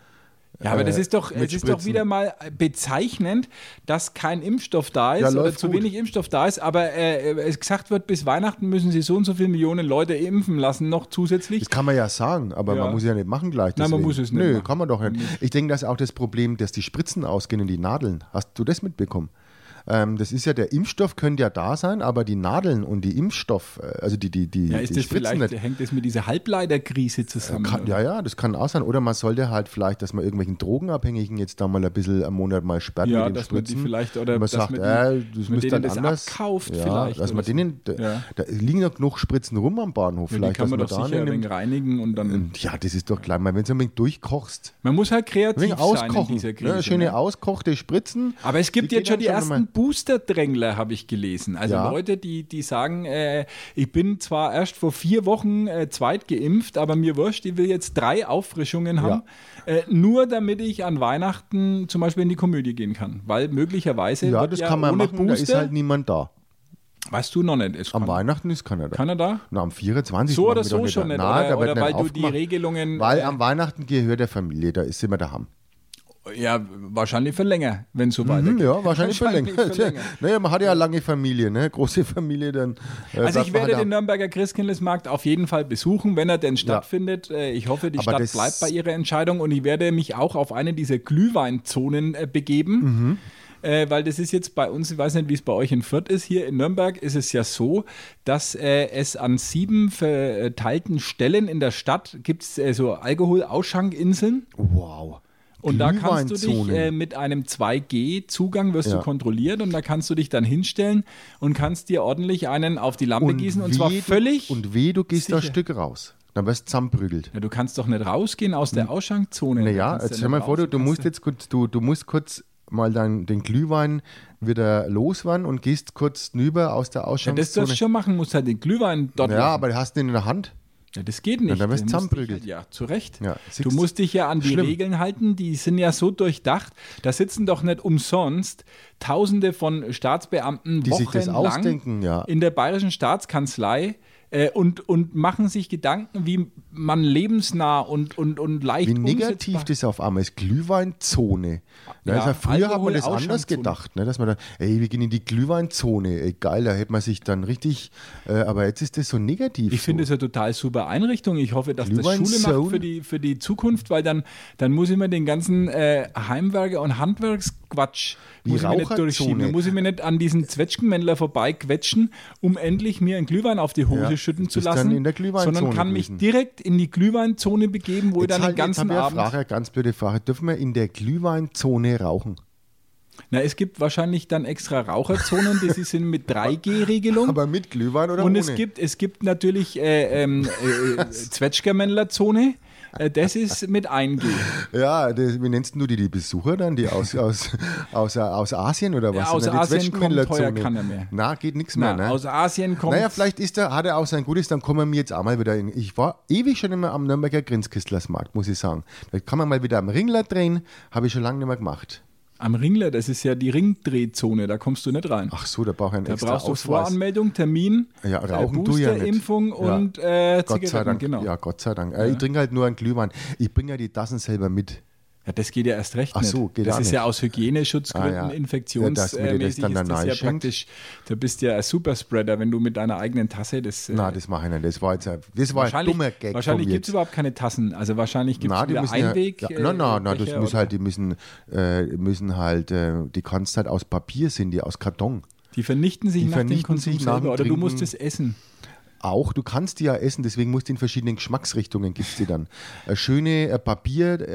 [SPEAKER 3] Ja,
[SPEAKER 2] äh,
[SPEAKER 3] aber das ist doch, es ist doch wieder mal bezeichnend, dass kein Impfstoff da ist ja, oder zu gut. wenig Impfstoff da ist. Aber äh, es gesagt wird, bis Weihnachten müssen sie so und so viele Millionen Leute impfen lassen, noch zusätzlich.
[SPEAKER 2] Das kann man ja sagen, aber ja. man muss ja nicht machen gleich.
[SPEAKER 3] Deswegen. Nein, man muss es nicht.
[SPEAKER 2] Nö,
[SPEAKER 3] machen. Mhm.
[SPEAKER 2] kann man doch nicht. Ich denke, das ist auch das Problem, dass die Spritzen ausgehen und die Nadeln. Hast du das mitbekommen? Ähm, das ist ja, der Impfstoff könnte ja da sein, aber die Nadeln und die Impfstoff, also die, die, die,
[SPEAKER 3] ja, ist
[SPEAKER 2] die Äh,
[SPEAKER 3] das Spritzen vielleicht, nicht. hängt das mit dieser Halbleiterkrise zusammen?
[SPEAKER 2] Kann, ja, ja, das kann auch sein. Oder man sollte halt vielleicht, dass man irgendwelchen Drogenabhängigen jetzt da mal ein bisschen am Monat mal sperrt
[SPEAKER 3] ja,
[SPEAKER 2] mit dem
[SPEAKER 3] dass
[SPEAKER 2] Spritzen.
[SPEAKER 3] Man die vielleicht, oder
[SPEAKER 2] und man
[SPEAKER 3] sagt,
[SPEAKER 2] man die, äh, das müsst dann
[SPEAKER 3] das
[SPEAKER 2] anders.
[SPEAKER 3] Abkauft
[SPEAKER 2] ja,
[SPEAKER 3] vielleicht.
[SPEAKER 2] Dass man denen, so. da, da, liegen ja genug Spritzen rum am Bahnhof.
[SPEAKER 3] Ja,
[SPEAKER 2] vielleicht,
[SPEAKER 3] kann man,
[SPEAKER 2] man Äh,
[SPEAKER 3] doch da sicher nimmt, reinigen und dann...
[SPEAKER 2] Ja, das ist doch gleich mal, wenn es ein wenig durchkochst.
[SPEAKER 3] Man muss halt kreativ sein in ne?
[SPEAKER 2] dieser Krise. Ja, schöne auskochte Spritzen.
[SPEAKER 3] Aber es gibt jetzt schon die ersten Booster-Drängler, habe ich gelesen. Also ja. Leute, die, die sagen, äh, ich bin zwar erst vor vier Wochen äh, zweit geimpft, aber mir wurscht, ich will jetzt drei Auffrischungen haben, ja. äh, nur damit ich an Weihnachten zum Beispiel in die Komödie gehen kann. Weil möglicherweise.
[SPEAKER 2] Ja, das
[SPEAKER 3] ja
[SPEAKER 2] kann man
[SPEAKER 3] ohne
[SPEAKER 2] machen, Booster, da ist halt niemand da.
[SPEAKER 3] Weißt du noch nicht. Ist
[SPEAKER 2] am Weihnachten ist keiner da.
[SPEAKER 3] Keiner da?
[SPEAKER 2] Na, um am 24.
[SPEAKER 3] So oder so schon nicht. nicht.
[SPEAKER 2] Nein,
[SPEAKER 3] oder, oder
[SPEAKER 2] nicht
[SPEAKER 3] weil aufgemacht. du die Regelungen. äh,
[SPEAKER 2] Weil am Weihnachten gehört der Familie, da ist immer daheim.
[SPEAKER 3] Ja, wahrscheinlich für länger, wenn es so weitergeht. Mhm,
[SPEAKER 2] ja, wahrscheinlich, wahrscheinlich für länger. Für länger. naja, man hat ja eine lange Familie, ne? große Familie dann.
[SPEAKER 3] Äh, also ich
[SPEAKER 2] halt
[SPEAKER 3] werde den Nürnberger Christkindlesmarkt auf jeden Fall besuchen, wenn er denn stattfindet. Ja. Ich hoffe, die Aber Stadt bleibt bei ihrer Entscheidung und ich werde mich auch auf eine dieser Glühweinzonen äh, begeben. Mhm. Äh, weil das ist jetzt bei uns, ich weiß nicht, wie es bei euch in Fürth ist, hier in Nürnberg ist es ja so, dass äh, es an sieben verteilten Stellen in der Stadt gibt es so Alkoholausschankinseln.
[SPEAKER 2] Wow.
[SPEAKER 3] Und da kannst du dich äh, mit einem 2G-Zugang wirst ja. du kontrolliert und da kannst du dich dann hinstellen und kannst dir ordentlich einen auf die Lampe
[SPEAKER 2] und
[SPEAKER 3] gießen und zwar
[SPEAKER 2] du,
[SPEAKER 3] völlig.
[SPEAKER 2] Und weh, du gehst sicher. da ein Stück raus. Dann wirst du zusammenprügelt.
[SPEAKER 3] Ja, du
[SPEAKER 2] Hm.
[SPEAKER 3] kannst doch nicht rausgehen aus der Ausschrankzone.
[SPEAKER 2] Naja, jetzt stell mal vor, du, du musst jetzt kurz, du, du musst kurz mal dann den Glühwein wieder loswann und gehst kurz rüber aus der
[SPEAKER 3] Ja, das
[SPEAKER 2] Ausschankszone.
[SPEAKER 3] sollst du schon machen, musst halt den Glühwein dort
[SPEAKER 2] ja,
[SPEAKER 3] lassen.
[SPEAKER 2] aber hast den in der Hand.
[SPEAKER 3] Ja, das geht nicht.
[SPEAKER 2] Ja, dann wirst
[SPEAKER 3] Du musst
[SPEAKER 2] zusammenprügelt.
[SPEAKER 3] dich Halt, ja, zu Recht.
[SPEAKER 2] Ja,
[SPEAKER 3] du
[SPEAKER 2] siehst
[SPEAKER 3] musst dich ja an die
[SPEAKER 2] Schlimm.
[SPEAKER 3] Regeln halten, die sind ja so durchdacht. Da sitzen doch nicht umsonst Tausende von Staatsbeamten,
[SPEAKER 2] Die sich das
[SPEAKER 3] wochenlang
[SPEAKER 2] ausdenken, ja.
[SPEAKER 3] in der bayerischen Staatskanzlei äh, und, und machen sich Gedanken, wie man lebensnah und, und, und leicht
[SPEAKER 2] Wie negativ
[SPEAKER 3] umsetzbar-
[SPEAKER 2] das auf einmal ist. Glühweinzone. Ne,
[SPEAKER 3] Ja,
[SPEAKER 2] also früher hat
[SPEAKER 3] Alkohol,
[SPEAKER 2] man das anders
[SPEAKER 3] Ausschankzone.
[SPEAKER 2] gedacht, ne, dass man da, ey, wir gehen in die Glühweinzone. Ey, geil, da hätte man sich dann richtig, äh, aber jetzt ist das so negativ.
[SPEAKER 3] Ich finde es
[SPEAKER 2] so.
[SPEAKER 3] ja total super Einrichtung. Ich hoffe, dass das
[SPEAKER 2] Glühwein
[SPEAKER 3] Schule macht
[SPEAKER 2] Zone.
[SPEAKER 3] für die, für die Zukunft, weil dann, dann muss ich mir den ganzen äh, Heimwerker- und Handwerksquatsch
[SPEAKER 2] Die
[SPEAKER 3] muss ich mir nicht
[SPEAKER 2] Raucherzone.
[SPEAKER 3] durchschieben. Da muss ich mir nicht an diesen Zwetschgenmännler vorbeiquetschen, um endlich mir einen Glühwein auf die Hose
[SPEAKER 2] Ja,
[SPEAKER 3] schütten
[SPEAKER 2] bist
[SPEAKER 3] zu lassen,
[SPEAKER 2] dann in der Glühweinzone
[SPEAKER 3] sondern kann mich
[SPEAKER 2] gewesen.
[SPEAKER 3] direkt in die Glühweinzone begeben, wo ich dann den
[SPEAKER 2] jetzt
[SPEAKER 3] ganzen
[SPEAKER 2] habe ich eine
[SPEAKER 3] Abend...
[SPEAKER 2] Frage, eine ganz blöde Frage. Dürfen wir in der Glühweinzone rauchen?
[SPEAKER 3] Na, es gibt wahrscheinlich dann extra Raucherzonen, die sind mit 3G-Regelung.
[SPEAKER 2] Aber mit Glühwein oder
[SPEAKER 3] Und
[SPEAKER 2] ohne?
[SPEAKER 3] es gibt, es gibt natürlich äh, ähm, äh, Zwetschgermännlerzone. Äh, Das ist mit eingehen.
[SPEAKER 2] Ja, das, wie nennst du die, die Besucher dann? Die aus, aus, aus, aus Asien oder was?
[SPEAKER 3] Ja, aus
[SPEAKER 2] Oder die
[SPEAKER 3] Asien kommt
[SPEAKER 2] Zwetschgenmännlerzone?
[SPEAKER 3] heuer keiner mehr.
[SPEAKER 2] Na, geht nichts
[SPEAKER 3] Na,
[SPEAKER 2] mehr. Ne?
[SPEAKER 3] Aus Asien kommt.
[SPEAKER 2] Naja, vielleicht ist er, hat er auch sein Gutes, dann kommen wir jetzt auch mal wieder in. Ich war ewig schon immer am Nürnberger Grinskistlersmarkt, muss ich sagen. Da kann man mal wieder am Ringler drehen, habe ich schon lange nicht mehr gemacht.
[SPEAKER 3] Am Ringler, das ist ja die Ringdrehzone, da kommst du nicht rein.
[SPEAKER 2] Ach so, da brauche ich einen
[SPEAKER 3] da
[SPEAKER 2] extra
[SPEAKER 3] brauchst du
[SPEAKER 2] Ausweis.
[SPEAKER 3] Voranmeldung, Termin, äh,
[SPEAKER 2] Ja, rauchen tu ich ja nicht.
[SPEAKER 3] Boosterimpfung
[SPEAKER 2] Ja.
[SPEAKER 3] und äh,
[SPEAKER 2] Gott sei
[SPEAKER 3] Zigaretten.
[SPEAKER 2] Dank,
[SPEAKER 3] genau.
[SPEAKER 2] ja, Gott sei Dank. Äh, Ich trinke halt nur einen Glühwein. Ich bringe ja die Tassen selber mit.
[SPEAKER 3] Ja, das geht ja erst recht
[SPEAKER 2] Ach so,
[SPEAKER 3] nicht.
[SPEAKER 2] geht
[SPEAKER 3] das
[SPEAKER 2] auch
[SPEAKER 3] ist ja
[SPEAKER 2] nicht.
[SPEAKER 3] aus Hygieneschutzgründen,
[SPEAKER 2] Ah, ja. Ja, dass mir das
[SPEAKER 3] infektionsmäßig
[SPEAKER 2] dann
[SPEAKER 3] ist das
[SPEAKER 2] danach
[SPEAKER 3] ja
[SPEAKER 2] schenkt.
[SPEAKER 3] praktisch, da bist du ja ein Superspreader, wenn du mit deiner eigenen Tasse das... äh,
[SPEAKER 2] Na, das mache ich nicht. Das war jetzt ein, das war ein
[SPEAKER 3] wahrscheinlich
[SPEAKER 2] dummer Gag.
[SPEAKER 3] wahrscheinlich
[SPEAKER 2] von mir
[SPEAKER 3] gibt es überhaupt keine Tassen, also wahrscheinlich gibt es
[SPEAKER 2] Na, die
[SPEAKER 3] wieder
[SPEAKER 2] müssen
[SPEAKER 3] Einweg...
[SPEAKER 2] ja,
[SPEAKER 3] äh,
[SPEAKER 2] ja, nein, nein, nein, das
[SPEAKER 3] Becher
[SPEAKER 2] muss
[SPEAKER 3] oder-
[SPEAKER 2] halt, die müssen, äh, müssen halt, äh, die kannst halt aus Papier sind, die aus Karton.
[SPEAKER 3] Die vernichten sich
[SPEAKER 2] Die
[SPEAKER 3] nach dem
[SPEAKER 2] vernichten
[SPEAKER 3] Konsum
[SPEAKER 2] sich nach
[SPEAKER 3] selber
[SPEAKER 2] dem
[SPEAKER 3] oder du
[SPEAKER 2] Trinken.
[SPEAKER 3] musst es essen.
[SPEAKER 2] Auch, du kannst die ja essen, deswegen musst du in verschiedenen Geschmacksrichtungen gibt's die dann. Eine schöne äh,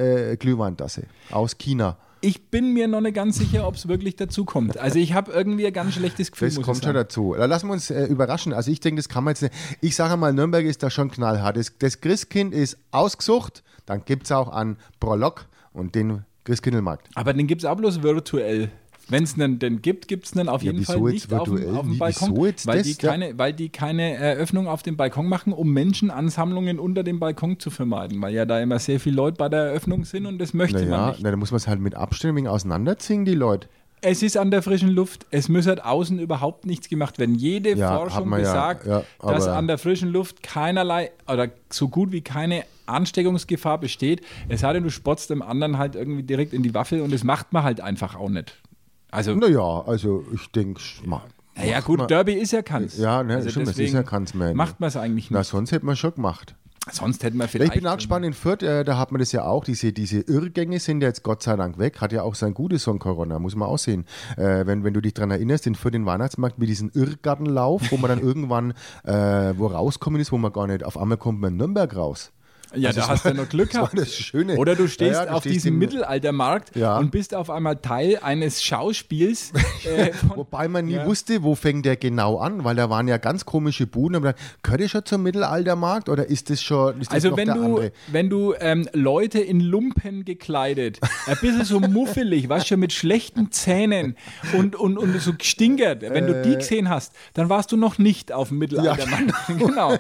[SPEAKER 2] Papier-Glühweintasse aus China.
[SPEAKER 3] Ich bin mir noch nicht ganz sicher, ob es wirklich dazu kommt. Also ich habe irgendwie ein ganz schlechtes Gefühl.
[SPEAKER 2] Das
[SPEAKER 3] muss ich
[SPEAKER 2] kommt halt schon
[SPEAKER 3] sagen.
[SPEAKER 2] dazu. Da lassen wir uns äh, überraschen. Also ich denke, das kann man jetzt nicht. Ich sage mal, Nürnberg ist da schon knallhart. Das, das Christkind ist ausgesucht, dann gibt's auch an Prolog und den Christkindlmarkt.
[SPEAKER 3] Aber den gibt es auch bloß virtuell. Wenn es einen denn gibt, gibt es einen auf
[SPEAKER 2] Ja,
[SPEAKER 3] jeden
[SPEAKER 2] wieso
[SPEAKER 3] Fall
[SPEAKER 2] jetzt
[SPEAKER 3] nicht auf dem,
[SPEAKER 2] virtuell?
[SPEAKER 3] auf dem
[SPEAKER 2] Wie-
[SPEAKER 3] Balkon,
[SPEAKER 2] wieso jetzt
[SPEAKER 3] weil,
[SPEAKER 2] das?
[SPEAKER 3] die
[SPEAKER 2] Ja.
[SPEAKER 3] keine, weil die keine Eröffnung auf dem Balkon machen, um Menschenansammlungen unter dem Balkon zu vermeiden, weil ja da immer sehr viele Leute bei der Eröffnung sind und das möchte man
[SPEAKER 2] Naja,
[SPEAKER 3] nicht.
[SPEAKER 2] na, da muss man es halt mit Abständen wegen auseinanderziehen, die Leute.
[SPEAKER 3] Es ist an der frischen Luft, es muss halt außen überhaupt nichts gemacht werden. Jede
[SPEAKER 2] Ja, hat
[SPEAKER 3] Forschung
[SPEAKER 2] man ja,
[SPEAKER 3] besagt,
[SPEAKER 2] ja,
[SPEAKER 3] dass
[SPEAKER 2] aber-
[SPEAKER 3] an der frischen Luft keinerlei oder so gut wie keine Ansteckungsgefahr besteht. Es sei denn, du spotzt dem anderen halt irgendwie direkt in die Waffel und das macht man halt einfach auch nicht. Also,
[SPEAKER 2] Naja, also ich denke,
[SPEAKER 3] naja, gut, Derby ist ja Kanz.
[SPEAKER 2] Ja, ne,
[SPEAKER 3] also
[SPEAKER 2] stimmt, das
[SPEAKER 3] deswegen
[SPEAKER 2] ist ja Kanz, man.
[SPEAKER 3] Macht man es eigentlich
[SPEAKER 2] Na,
[SPEAKER 3] nicht.
[SPEAKER 2] sonst hätte man schon gemacht.
[SPEAKER 3] Sonst hätten wir
[SPEAKER 2] Ja,
[SPEAKER 3] vielleicht.
[SPEAKER 2] ich bin auch gespannt in Fürth, äh, da hat man das ja auch, diese, diese Irrgänge sind ja jetzt Gott sei Dank weg, hat ja auch sein Gutes von Corona, muss man auch sehen. Äh, wenn, wenn du dich dran erinnerst, in Fürth den Weihnachtsmarkt mit diesem Irrgartenlauf, wo man dann irgendwann äh, wo rauskommen ist, wo man gar nicht, auf einmal kommt man in Nürnberg raus.
[SPEAKER 3] ja, da
[SPEAKER 2] das
[SPEAKER 3] hast du noch Glück
[SPEAKER 2] das war
[SPEAKER 3] gehabt.
[SPEAKER 2] das Schöne.
[SPEAKER 3] Oder du stehst
[SPEAKER 2] Ja, ja, du
[SPEAKER 3] auf
[SPEAKER 2] stehst
[SPEAKER 3] diesem
[SPEAKER 2] im-
[SPEAKER 3] Mittelaltermarkt
[SPEAKER 2] Ja.
[SPEAKER 3] und bist auf einmal Teil eines Schauspiels äh, von
[SPEAKER 2] Wobei man nie
[SPEAKER 3] Ja.
[SPEAKER 2] wusste, wo fängt der genau an, weil da waren ja ganz komische Buden. Aber dann, gehört ihr schon zum Mittelaltermarkt oder ist das schon ist das
[SPEAKER 3] Also
[SPEAKER 2] noch
[SPEAKER 3] wenn
[SPEAKER 2] der
[SPEAKER 3] du,
[SPEAKER 2] andere?
[SPEAKER 3] wenn du ähm, Leute in Lumpen gekleidet, ein bisschen so muffelig, weißt schon, mit schlechten Zähnen und, und, und so stinkert, wenn du
[SPEAKER 2] Äh.
[SPEAKER 3] die gesehen hast, dann warst du noch nicht auf dem Mittelaltermarkt. genau.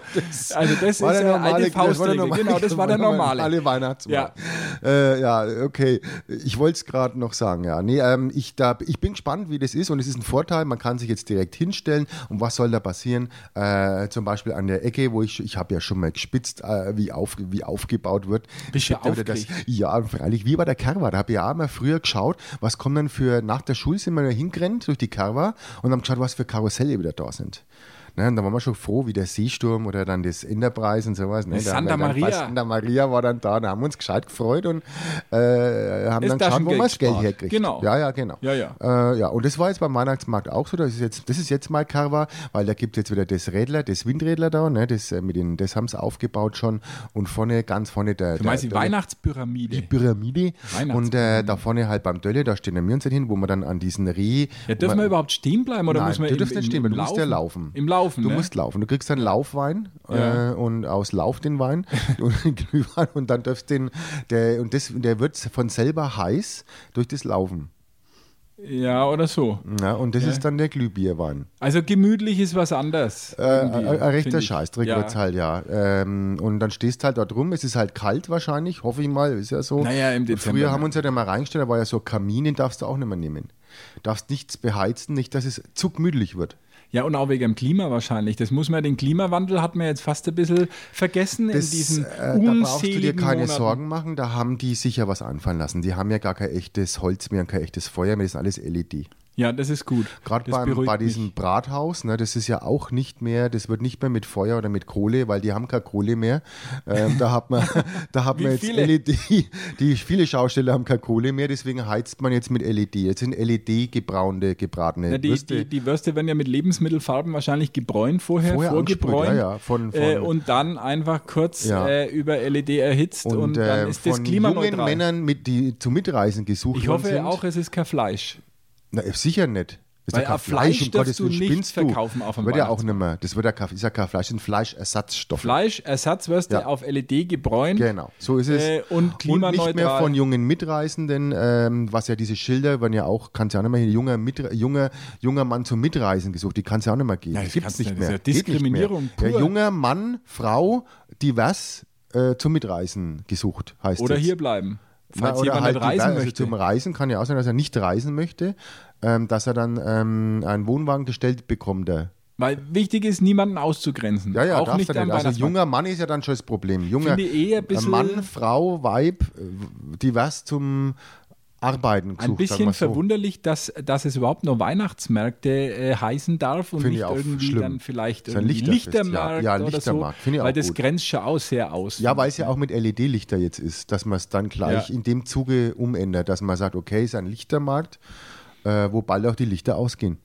[SPEAKER 3] also das ist
[SPEAKER 2] war der
[SPEAKER 3] ja
[SPEAKER 2] normale,
[SPEAKER 3] alte
[SPEAKER 2] das war der
[SPEAKER 3] Faustregel.
[SPEAKER 2] normale,
[SPEAKER 3] Genau, das war der normale.
[SPEAKER 2] Alle Weihnachtsmarkt. Ja, äh, ja okay. Ich wollte es gerade noch sagen, ja. Nee, ähm, ich, da, ich bin gespannt, wie das ist und es ist ein Vorteil, man kann sich jetzt direkt hinstellen und was soll da passieren? Äh, zum Beispiel an der Ecke, wo ich, ich habe ja schon mal gespitzt, äh, wie, auf, wie aufgebaut wird.
[SPEAKER 3] Bist du
[SPEAKER 2] Da wieder das,
[SPEAKER 3] aufgeregt?
[SPEAKER 2] ja, freilich, wie bei der Carva. Da habe ich ja immer früher geschaut, was kommen denn für, nach der Schule sind wir da hingerannt durch die Carva und haben geschaut, was für Karusselle wieder da sind. Ne, und da waren wir schon froh, wie der Seesturm oder dann das Enterprise und sowas. Ne,
[SPEAKER 3] Santa
[SPEAKER 2] da haben wir dann,
[SPEAKER 3] Maria.
[SPEAKER 2] bei Santa Maria war dann da, da haben wir uns gescheit gefreut und äh, haben
[SPEAKER 3] Ist
[SPEAKER 2] dann geschaut, wo
[SPEAKER 3] Taschengeld
[SPEAKER 2] wir das Geld
[SPEAKER 3] gespart.
[SPEAKER 2] herkriegt.
[SPEAKER 3] Genau.
[SPEAKER 2] Ja, ja, genau.
[SPEAKER 3] Ja, ja.
[SPEAKER 2] Äh, ja, und das war jetzt beim Weihnachtsmarkt auch so. Das ist jetzt, das ist jetzt mal Carva, weil da gibt es jetzt wieder das Rädler, das Windrädler da, ne, das, äh, mit den, das haben sie aufgebaut schon und vorne, ganz vorne der.
[SPEAKER 3] Du meinst die Weihnachtspyramide.
[SPEAKER 2] Pyramide
[SPEAKER 3] Weihnachts-
[SPEAKER 2] und äh, da vorne halt beim Dölle, da stehen wir uns hin, wo man dann an diesen Reh.
[SPEAKER 3] Ja, dürfen wir überhaupt stehen bleiben oder
[SPEAKER 2] Nein,
[SPEAKER 3] muss man
[SPEAKER 2] du
[SPEAKER 3] im-
[SPEAKER 2] darfst nicht
[SPEAKER 3] im-
[SPEAKER 2] stehen
[SPEAKER 3] im
[SPEAKER 2] bleiben, du musst ja laufen.
[SPEAKER 3] Im Laufen,
[SPEAKER 2] Du
[SPEAKER 3] ne?
[SPEAKER 2] musst laufen. Du kriegst dann Laufwein
[SPEAKER 3] Ja.
[SPEAKER 2] äh, und aus Lauf den Wein und den Glühwein und dann dürfst den, der, und das, der wird von selber heiß durch das Laufen.
[SPEAKER 3] Ja, oder so.
[SPEAKER 2] Ja, und das ist dann der Glühbierwein.
[SPEAKER 3] Also gemütlich ist was anderes.
[SPEAKER 2] Äh, ein, ein rechter Scheißdreck ja. wird's halt, ja. Ähm, und dann stehst halt dort rum, es ist halt kalt wahrscheinlich, hoffe ich mal, ist ja so.
[SPEAKER 3] Naja, im
[SPEAKER 2] Und
[SPEAKER 3] Dezember,
[SPEAKER 2] Früher
[SPEAKER 3] ne?
[SPEAKER 2] haben wir uns ja da mal reingestellt, da war ja so Kamin, den darfst du auch nicht mehr nehmen. Darfst nichts beheizen, nicht, dass es zugmüdlich wird.
[SPEAKER 3] Ja, und auch wegen dem Klima wahrscheinlich. Das muss man, den Klimawandel hat man jetzt fast ein bisschen vergessen
[SPEAKER 2] Das,
[SPEAKER 3] in diesen
[SPEAKER 2] äh, da
[SPEAKER 3] unseligen
[SPEAKER 2] brauchst du dir keine
[SPEAKER 3] Monaten.
[SPEAKER 2] Sorgen machen, da haben die sicher was anfallen lassen. Die haben ja gar kein echtes Holz mehr und kein echtes Feuer mehr, das ist alles E LED.
[SPEAKER 3] Ja, das ist gut.
[SPEAKER 2] Gerade
[SPEAKER 3] das
[SPEAKER 2] beim,
[SPEAKER 3] beruhigt
[SPEAKER 2] bei
[SPEAKER 3] mich.
[SPEAKER 2] diesem Brathaus, ne, das ist ja auch nicht mehr, das wird nicht mehr mit Feuer oder mit Kohle, weil die haben keine Kohle mehr. Ähm, da hat man, da hat
[SPEAKER 3] Wie
[SPEAKER 2] man jetzt
[SPEAKER 3] viele?
[SPEAKER 2] LED, die viele Schausteller haben keine Kohle mehr, deswegen heizt man jetzt mit LED. Jetzt sind LED gebraunte, gebratene
[SPEAKER 3] Ja, die,
[SPEAKER 2] Würste.
[SPEAKER 3] die, die Würste werden ja mit Lebensmittelfarben wahrscheinlich gebräunt vorher,
[SPEAKER 2] Vorher
[SPEAKER 3] vorgebräunt
[SPEAKER 2] angesprüht, ja, ja, von- von-
[SPEAKER 3] äh, und dann einfach kurz
[SPEAKER 2] Ja.
[SPEAKER 3] äh, über LED erhitzt und,
[SPEAKER 2] und
[SPEAKER 3] dann
[SPEAKER 2] äh,
[SPEAKER 3] ist das
[SPEAKER 2] von jungen
[SPEAKER 3] klimaneutral.
[SPEAKER 2] Männern, mit, die zu Mitreisen gesucht
[SPEAKER 3] ich
[SPEAKER 2] worden
[SPEAKER 3] hoffe
[SPEAKER 2] sind.
[SPEAKER 3] auch, es ist kein Fleisch.
[SPEAKER 2] Na, äh, sicher nicht. Das ist
[SPEAKER 3] Weil
[SPEAKER 2] ja kein
[SPEAKER 3] ein
[SPEAKER 2] Fleisch,
[SPEAKER 3] Fleisch
[SPEAKER 2] um Gottes
[SPEAKER 3] darfst du
[SPEAKER 2] Willen,
[SPEAKER 3] nicht
[SPEAKER 2] spinnst du.
[SPEAKER 3] verkaufen auf dem
[SPEAKER 2] Wird ja auch nicht mehr. Das wird ja kein, ist ja kein Fleisch, das sind Fleischersatzstoffe.
[SPEAKER 3] Fleischersatzwürste
[SPEAKER 2] Ja.
[SPEAKER 3] auf LED gebräunt.
[SPEAKER 2] Genau, so ist es.
[SPEAKER 3] Äh, und
[SPEAKER 2] nicht mehr
[SPEAKER 3] klimaneutral.
[SPEAKER 2] von jungen Mitreisenden, ähm, was ja diese Schilder, werden ja auch, kannst ja auch nicht mehr hier, junger, Mitre- junger, junger Mann zum Mitreisen gesucht, die kannst ja auch nicht mehr geben.
[SPEAKER 3] Ja, das
[SPEAKER 2] Gibt's
[SPEAKER 3] kannst du
[SPEAKER 2] nicht
[SPEAKER 3] nicht.
[SPEAKER 2] mehr.
[SPEAKER 3] Das ist ja
[SPEAKER 2] Geht nicht mehr.
[SPEAKER 3] Diskriminierung pur.
[SPEAKER 2] Ja, junger Mann, Frau, divers äh, zum Mitreisen gesucht, heißt
[SPEAKER 3] Oder
[SPEAKER 2] jetzt.
[SPEAKER 3] hier bleiben. Falls
[SPEAKER 2] Na, oder
[SPEAKER 3] jemand
[SPEAKER 2] halt
[SPEAKER 3] nicht
[SPEAKER 2] divers,
[SPEAKER 3] reisen
[SPEAKER 2] also
[SPEAKER 3] möchte.
[SPEAKER 2] Zum Reisen kann ja auch sein, dass er nicht reisen möchte, ähm, dass er dann ähm, einen Wohnwagen gestellt bekommt. Der.
[SPEAKER 3] Weil wichtig ist, niemanden auszugrenzen.
[SPEAKER 2] Ja, ja,
[SPEAKER 3] auch
[SPEAKER 2] darfst
[SPEAKER 3] nicht
[SPEAKER 2] du
[SPEAKER 3] am
[SPEAKER 2] nicht. Also
[SPEAKER 3] Weihnachtsmarkt.
[SPEAKER 2] junger Mann ist ja dann schon das Problem. Junger
[SPEAKER 3] Finde ich eher ein bisschen-
[SPEAKER 2] Mann, Frau, Weib, äh, divers zum Arbeiten gesucht.
[SPEAKER 3] Ein bisschen
[SPEAKER 2] sagen wir's so.
[SPEAKER 3] verwunderlich, dass, dass es überhaupt nur Weihnachtsmärkte äh, heißen darf und
[SPEAKER 2] Finde
[SPEAKER 3] nicht
[SPEAKER 2] ich auch
[SPEAKER 3] irgendwie
[SPEAKER 2] schlimm.
[SPEAKER 3] dann vielleicht
[SPEAKER 2] Ist ein
[SPEAKER 3] irgendwie
[SPEAKER 2] Lichterfest, ja.
[SPEAKER 3] Lichtermarkt
[SPEAKER 2] Ja,
[SPEAKER 3] oder
[SPEAKER 2] Lichtermarkt.
[SPEAKER 3] so,
[SPEAKER 2] Finde ich auch
[SPEAKER 3] weil das
[SPEAKER 2] gut.
[SPEAKER 3] grenzt schon auch sehr aus.
[SPEAKER 2] Ja, weil es ja auch mit LED-Lichter jetzt ist, dass man es dann gleich
[SPEAKER 3] Ja.
[SPEAKER 2] in dem Zuge umändert, dass man sagt, okay, ist ein Lichtermarkt, äh, wo bald auch die Lichter ausgehen.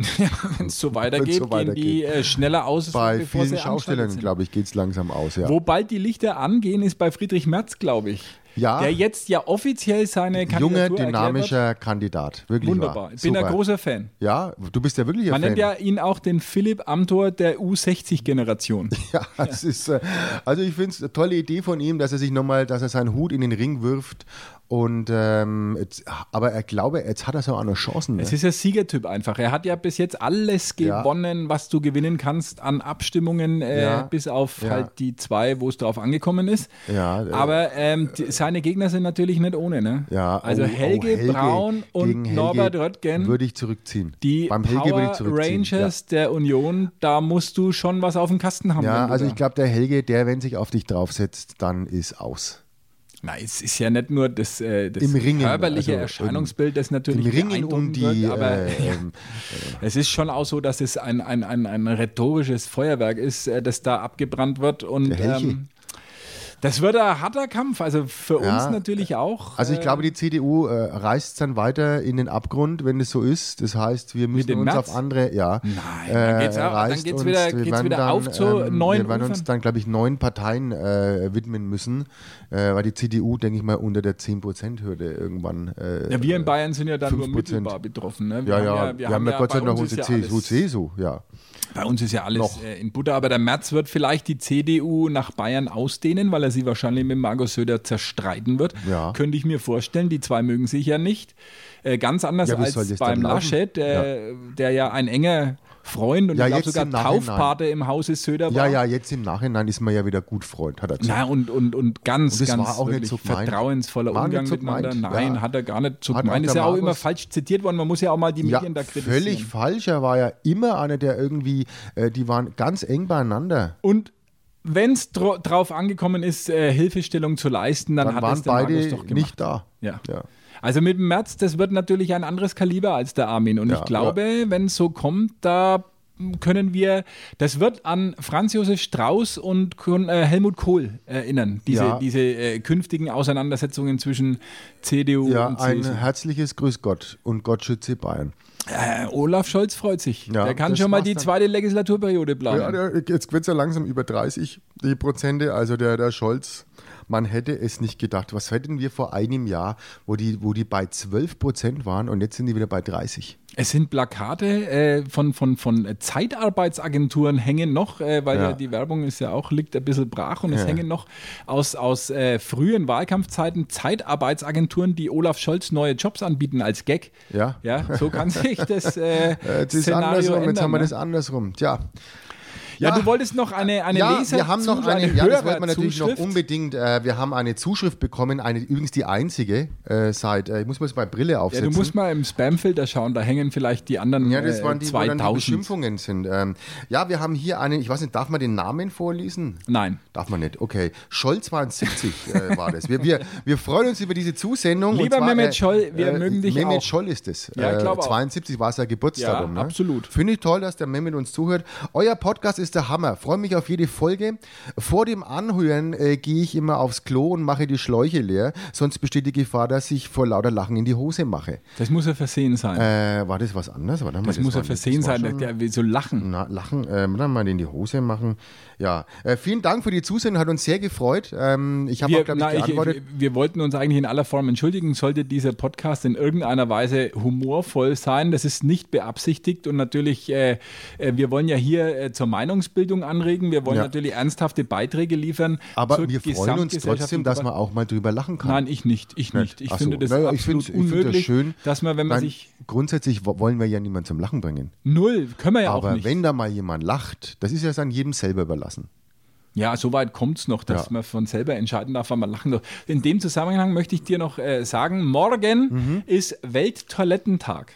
[SPEAKER 3] Wenn es so weitergeht,
[SPEAKER 2] so weitergeht.
[SPEAKER 3] gehen die äh, schneller aus,
[SPEAKER 2] Bei
[SPEAKER 3] bevor
[SPEAKER 2] vielen
[SPEAKER 3] sie angeschaltet
[SPEAKER 2] Schaustellern,
[SPEAKER 3] sind.
[SPEAKER 2] glaube ich, geht es langsam aus. Ja.
[SPEAKER 3] Wo bald die Lichter angehen, ist bei Friedrich Merz, glaube ich.
[SPEAKER 2] Ja.
[SPEAKER 3] Der jetzt ja offiziell seine Kandidatur
[SPEAKER 2] Junger,
[SPEAKER 3] erklärt hat.
[SPEAKER 2] dynamischer Kandidat. Wirklich
[SPEAKER 3] Wunderbar.
[SPEAKER 2] wahr.
[SPEAKER 3] Ich bin
[SPEAKER 2] Super.
[SPEAKER 3] ein großer Fan.
[SPEAKER 2] Ja, du bist ja wirklich ein
[SPEAKER 3] Man
[SPEAKER 2] Fan.
[SPEAKER 3] nennt ja ihn auch den Philipp Amthor der U60-Generation.
[SPEAKER 2] Ja, es ist, äh, also ich finde es eine tolle Idee von ihm, dass er sich nochmal, dass er seinen Hut in den Ring wirft. Und ähm, jetzt, aber er glaube, jetzt hat er so auch noch Chancen. Ne?
[SPEAKER 3] Es ist ja Siegertyp einfach. Er hat ja bis jetzt alles
[SPEAKER 2] Ja.
[SPEAKER 3] gewonnen, was du gewinnen kannst an Abstimmungen, äh,
[SPEAKER 2] Ja.
[SPEAKER 3] bis auf
[SPEAKER 2] Ja.
[SPEAKER 3] halt die zwei, wo es drauf angekommen ist.
[SPEAKER 2] Ja, äh,
[SPEAKER 3] Aber ähm, die, seine Gegner sind natürlich nicht ohne. Ne?
[SPEAKER 2] ja,
[SPEAKER 3] also
[SPEAKER 2] oh, oh,
[SPEAKER 3] Helge, Braun
[SPEAKER 2] gegen
[SPEAKER 3] und
[SPEAKER 2] Helge
[SPEAKER 3] Norbert Röttgen,
[SPEAKER 2] Würde ich zurückziehen.
[SPEAKER 3] die
[SPEAKER 2] Beim Helge würde
[SPEAKER 3] Power
[SPEAKER 2] ich zurückziehen.
[SPEAKER 3] Rangers der Union, da musst du schon was auf dem Kasten haben.
[SPEAKER 2] ja,
[SPEAKER 3] wenn
[SPEAKER 2] ja
[SPEAKER 3] du
[SPEAKER 2] also
[SPEAKER 3] da-
[SPEAKER 2] ich glaube, der Helge, der, wenn sich auf dich draufsetzt, dann ist aus.
[SPEAKER 3] Na, es ist ja nicht nur das, äh, das
[SPEAKER 2] Im Ringen,
[SPEAKER 3] körperliche
[SPEAKER 2] also,
[SPEAKER 3] Erscheinungsbild, das natürlich
[SPEAKER 2] Im Ringen um
[SPEAKER 3] beeindruckend
[SPEAKER 2] die.
[SPEAKER 3] wirkt, aber
[SPEAKER 2] äh, ähm,
[SPEAKER 3] Es ist schon auch so, dass es ein, ein, ein, ein rhetorisches Feuerwerk ist, äh, das da abgebrannt wird. Und
[SPEAKER 2] Der Helche.
[SPEAKER 3] ähm, das wird ein harter Kampf, also für
[SPEAKER 2] Ja,
[SPEAKER 3] uns natürlich auch.
[SPEAKER 2] Also ich
[SPEAKER 3] äh,
[SPEAKER 2] glaube, die CDU äh, reißt dann weiter in den Abgrund, wenn es so ist. Das heißt, wir müssen
[SPEAKER 3] dem
[SPEAKER 2] uns
[SPEAKER 3] März?
[SPEAKER 2] auf andere, ja. äh,
[SPEAKER 3] Nein, dann geht's auch- dann
[SPEAKER 2] reißt
[SPEAKER 3] geht's
[SPEAKER 2] uns,
[SPEAKER 3] wieder-
[SPEAKER 2] wir
[SPEAKER 3] geht's
[SPEAKER 2] werden
[SPEAKER 3] wieder
[SPEAKER 2] dann,
[SPEAKER 3] auf zu
[SPEAKER 2] ähm,
[SPEAKER 3] neuen
[SPEAKER 2] Wir werden uns
[SPEAKER 3] Ufern.
[SPEAKER 2] dann, glaube ich, neuen Parteien äh, widmen müssen, äh, weil die CDU, denke ich mal, unter der 10%-Hürde irgendwann. Äh,
[SPEAKER 3] ja, wir in Bayern sind ja dann nur
[SPEAKER 2] 5%.
[SPEAKER 3] mittelbar betroffen. Ne?
[SPEAKER 2] ja, ja, wir haben ja Gott sei
[SPEAKER 3] bei
[SPEAKER 2] Dank
[SPEAKER 3] uns
[SPEAKER 2] unsere
[SPEAKER 3] ist
[SPEAKER 2] CSU,
[SPEAKER 3] alles-
[SPEAKER 2] CSU, ja.
[SPEAKER 3] Bei uns ist ja alles
[SPEAKER 2] Noch.
[SPEAKER 3] äh, in Butter, aber der März wird vielleicht die CDU nach Bayern ausdehnen, weil er sie wahrscheinlich mit Markus Söder zerstreiten wird.
[SPEAKER 2] Ja.
[SPEAKER 3] Könnte ich mir vorstellen. Die zwei mögen sich ja nicht. Äh, ganz anders
[SPEAKER 2] Ja, wie soll
[SPEAKER 3] als
[SPEAKER 2] das
[SPEAKER 3] beim
[SPEAKER 2] dann laufen?
[SPEAKER 3] Laschet, äh, der ja ein enger Freund und
[SPEAKER 2] Ja,
[SPEAKER 3] ich glaube
[SPEAKER 2] jetzt
[SPEAKER 3] sogar
[SPEAKER 2] im Nachhinein.
[SPEAKER 3] Taufpate im Hause Söder
[SPEAKER 2] Ja,
[SPEAKER 3] war.
[SPEAKER 2] ja, jetzt im Nachhinein ist man ja wieder gut Freund, hat er gesagt.
[SPEAKER 3] Na, und, und, und ganz,
[SPEAKER 2] Und das
[SPEAKER 3] ganz
[SPEAKER 2] war auch nicht
[SPEAKER 3] wirklich
[SPEAKER 2] so gemeint.
[SPEAKER 3] vertrauensvoller
[SPEAKER 2] War nicht
[SPEAKER 3] Umgang
[SPEAKER 2] so
[SPEAKER 3] miteinander.
[SPEAKER 2] gemeint,
[SPEAKER 3] Nein,
[SPEAKER 2] ja.
[SPEAKER 3] hat er gar nicht so
[SPEAKER 2] Hat-
[SPEAKER 3] gemeint.
[SPEAKER 2] hat
[SPEAKER 3] Ist
[SPEAKER 2] der
[SPEAKER 3] ja auch
[SPEAKER 2] Markus-
[SPEAKER 3] immer falsch zitiert worden. Man muss ja auch mal die
[SPEAKER 2] Ja,
[SPEAKER 3] Medien da kritisieren.
[SPEAKER 2] völlig falsch. Er war ja immer einer, der irgendwie, äh, die waren ganz eng beieinander.
[SPEAKER 3] Und wenn es drauf angekommen ist, äh, Hilfestellung zu leisten, dann,
[SPEAKER 2] Dann
[SPEAKER 3] hat
[SPEAKER 2] waren
[SPEAKER 3] es der Markus
[SPEAKER 2] beide
[SPEAKER 3] doch gemacht.
[SPEAKER 2] nicht da.
[SPEAKER 3] Ja.
[SPEAKER 2] Ja.
[SPEAKER 3] Also mit dem März, das wird natürlich ein anderes Kaliber als der Armin. Und
[SPEAKER 2] Ja,
[SPEAKER 3] ich glaube, wenn es so kommt, da können wir, das wird an Franz Josef Strauß und Kon- äh, Helmut Kohl erinnern, diese,
[SPEAKER 2] Ja.
[SPEAKER 3] diese äh, künftigen Auseinandersetzungen zwischen CDU
[SPEAKER 2] Ja,
[SPEAKER 3] und
[SPEAKER 2] ein äh,
[SPEAKER 3] CSU.
[SPEAKER 2] herzliches Grüß Gott und Gott schütze Bayern.
[SPEAKER 3] Äh, Olaf Scholz freut sich.
[SPEAKER 2] Ja,
[SPEAKER 3] der kann
[SPEAKER 2] das
[SPEAKER 3] schon mal
[SPEAKER 2] war's
[SPEAKER 3] die
[SPEAKER 2] dann.
[SPEAKER 3] zweite Legislaturperiode planen.
[SPEAKER 2] Ja, der, jetzt wird es ja langsam über 30 die Prozente, also der, der Scholz Man hätte es nicht gedacht. Was hätten wir vor einem Jahr, wo die, wo die bei 12 Prozent waren und jetzt sind die wieder bei 30?
[SPEAKER 3] Es sind Plakate äh, von, von, von Zeitarbeitsagenturen hängen noch, äh, weil ja.
[SPEAKER 2] Ja.
[SPEAKER 3] die Werbung ist ja auch, liegt ein bisschen brach und es
[SPEAKER 2] Ja.
[SPEAKER 3] hängen noch aus, aus äh, frühen Wahlkampfzeiten Zeitarbeitsagenturen, die Olaf Scholz neue Jobs anbieten als Gag.
[SPEAKER 2] Ja.
[SPEAKER 3] Ja, so kann sich das äh,
[SPEAKER 2] Äh, das ist
[SPEAKER 3] Szenario
[SPEAKER 2] andersrum,
[SPEAKER 3] ändern.
[SPEAKER 2] jetzt haben wir
[SPEAKER 3] ne?
[SPEAKER 2] das andersrum. Tja.
[SPEAKER 3] ja,
[SPEAKER 2] Ja.
[SPEAKER 3] du wolltest noch eine, eine
[SPEAKER 2] ja,
[SPEAKER 3] Leser
[SPEAKER 2] wir haben noch eine,
[SPEAKER 3] eine
[SPEAKER 2] ja, das wollte man natürlich noch
[SPEAKER 3] Hörerzuschrift.
[SPEAKER 2] unbedingt. Äh, wir haben eine Zuschrift bekommen, eine übrigens die einzige äh, seit, äh, ich muss mal jetzt meine Brille
[SPEAKER 3] Ja,
[SPEAKER 2] aufsetzen.
[SPEAKER 3] du musst mal im Spamfilter schauen, da hängen vielleicht die anderen
[SPEAKER 2] Ja, das
[SPEAKER 3] äh,
[SPEAKER 2] waren die, wo dann die
[SPEAKER 3] 2000.
[SPEAKER 2] Beschimpfungen sind. Ähm, ja, wir haben hier einen, ich weiß nicht, darf man den Namen vorlesen?
[SPEAKER 3] Nein.
[SPEAKER 2] Darf man nicht, okay. Scholz 72 äh, war das. Wir, wir, wir freuen uns über diese Zusendung.
[SPEAKER 3] Lieber
[SPEAKER 2] Und zwar, äh,
[SPEAKER 3] Mehmet Scholl, wir mögen dich
[SPEAKER 2] Mehmet
[SPEAKER 3] auch.
[SPEAKER 2] Scholl ist es.
[SPEAKER 3] Ja, ich glaube auch.
[SPEAKER 2] 72 war sein Geburtstag.
[SPEAKER 3] Ja,
[SPEAKER 2] um, ne?
[SPEAKER 3] absolut.
[SPEAKER 2] Finde ich toll, dass der Mehmet uns zuhört. Euer Podcast ist der Hammer. Freue mich auf jede Folge. Vor dem Anhören äh, gehe ich immer aufs Klo und mache die Schläuche leer. Sonst besteht die Gefahr, dass ich vor lauter Lachen in die Hose mache.
[SPEAKER 3] Das muss ja versehen sein.
[SPEAKER 2] Äh, war das was anderes? Warte mal,
[SPEAKER 3] das, muss
[SPEAKER 2] war
[SPEAKER 3] ja
[SPEAKER 2] nicht-
[SPEAKER 3] versehen
[SPEAKER 2] das war
[SPEAKER 3] sein,
[SPEAKER 2] schon-
[SPEAKER 3] der will so lachen.
[SPEAKER 2] na, lachen, ähm, dann mal in die Hose machen. Ja, äh, vielen Dank für die Zusendung, hat uns sehr gefreut. Ähm, ich habe auch,
[SPEAKER 3] Wir,
[SPEAKER 2] glaube
[SPEAKER 3] na,
[SPEAKER 2] ich,
[SPEAKER 3] ich,
[SPEAKER 2] geantwortet.
[SPEAKER 3] wir- wir wollten uns eigentlich in aller Form entschuldigen, sollte dieser Podcast in irgendeiner Weise humorvoll sein. Das ist nicht beabsichtigt und natürlich, äh, äh, wir wollen ja hier äh, zur Meinungsbildung anregen, wir wollen
[SPEAKER 2] Ja.
[SPEAKER 3] natürlich ernsthafte Beiträge liefern.
[SPEAKER 2] aber
[SPEAKER 3] zur
[SPEAKER 2] wir freuen uns trotzdem,
[SPEAKER 3] gesamtgesellschaftlichen
[SPEAKER 2] dass man auch mal drüber lachen kann. Ne?
[SPEAKER 3] Nein, ich nicht, ich nicht. Ich
[SPEAKER 2] Ach so.
[SPEAKER 3] finde das
[SPEAKER 2] Naja, ich
[SPEAKER 3] absolut
[SPEAKER 2] find's- ich find das
[SPEAKER 3] unmöglich,
[SPEAKER 2] schön.
[SPEAKER 3] dass man, wenn man
[SPEAKER 2] Nein,
[SPEAKER 3] sich
[SPEAKER 2] grundsätzlich wo- wollen wir ja niemanden zum Lachen bringen.
[SPEAKER 3] null, können wir ja auch
[SPEAKER 2] Aber
[SPEAKER 3] nicht.
[SPEAKER 2] wenn da mal jemand lacht, das ist ja dann jedem selber überlassen.
[SPEAKER 3] Ja, so weit kommt es noch, dass
[SPEAKER 2] Ja.
[SPEAKER 3] man von selber entscheiden darf, wann man lachen darf. In dem Zusammenhang möchte ich dir noch äh, sagen, morgen
[SPEAKER 2] Mhm.
[SPEAKER 3] ist Welttoilettentag.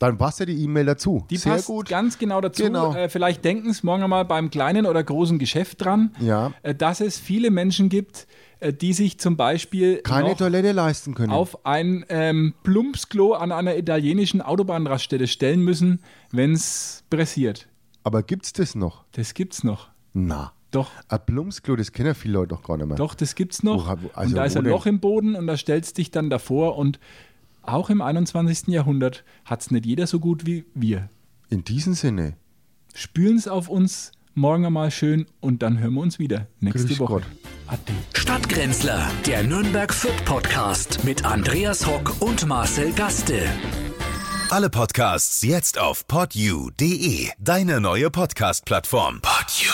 [SPEAKER 2] Dann passt ja die E-Mail dazu.
[SPEAKER 3] Die
[SPEAKER 2] sehr
[SPEAKER 3] passt
[SPEAKER 2] gut.
[SPEAKER 3] ganz genau dazu.
[SPEAKER 2] Genau.
[SPEAKER 3] Äh, vielleicht denken es morgen mal beim kleinen oder großen Geschäft dran,
[SPEAKER 2] Ja.
[SPEAKER 3] äh, dass es viele Menschen gibt, äh, die sich zum Beispiel
[SPEAKER 2] Keine
[SPEAKER 3] noch
[SPEAKER 2] Toilette leisten können.
[SPEAKER 3] genau auf ein ähm, Plumpsklo an einer italienischen Autobahnraststätte stellen müssen, wenn es pressiert.
[SPEAKER 2] Aber gibt's das noch?
[SPEAKER 3] Das gibt's noch.
[SPEAKER 2] Na.
[SPEAKER 3] Doch.
[SPEAKER 2] Ein Blumsklo, das kennen ja viele Leute doch gar nicht mehr.
[SPEAKER 3] Doch, das gibt's noch.
[SPEAKER 2] Wo hab- also
[SPEAKER 3] und da ist
[SPEAKER 2] wo
[SPEAKER 3] ein
[SPEAKER 2] denn?
[SPEAKER 3] Loch im Boden und da stellst dich dann davor und auch im 21. Jahrhundert hat es nicht jeder so gut wie wir.
[SPEAKER 2] In diesem Sinne.
[SPEAKER 3] Spülen's auf uns, morgen einmal schön und dann hören wir uns wieder. Nächste
[SPEAKER 2] Grüß
[SPEAKER 3] Woche.
[SPEAKER 2] Gott.
[SPEAKER 3] Ade.
[SPEAKER 1] Stadtgrenzler, der Nürnberg Fürth Podcast mit Andreas Hock und Marcel Gaste.
[SPEAKER 4] Alle Podcasts jetzt auf podyou.de, deine neue Podcast-Plattform. Podyou.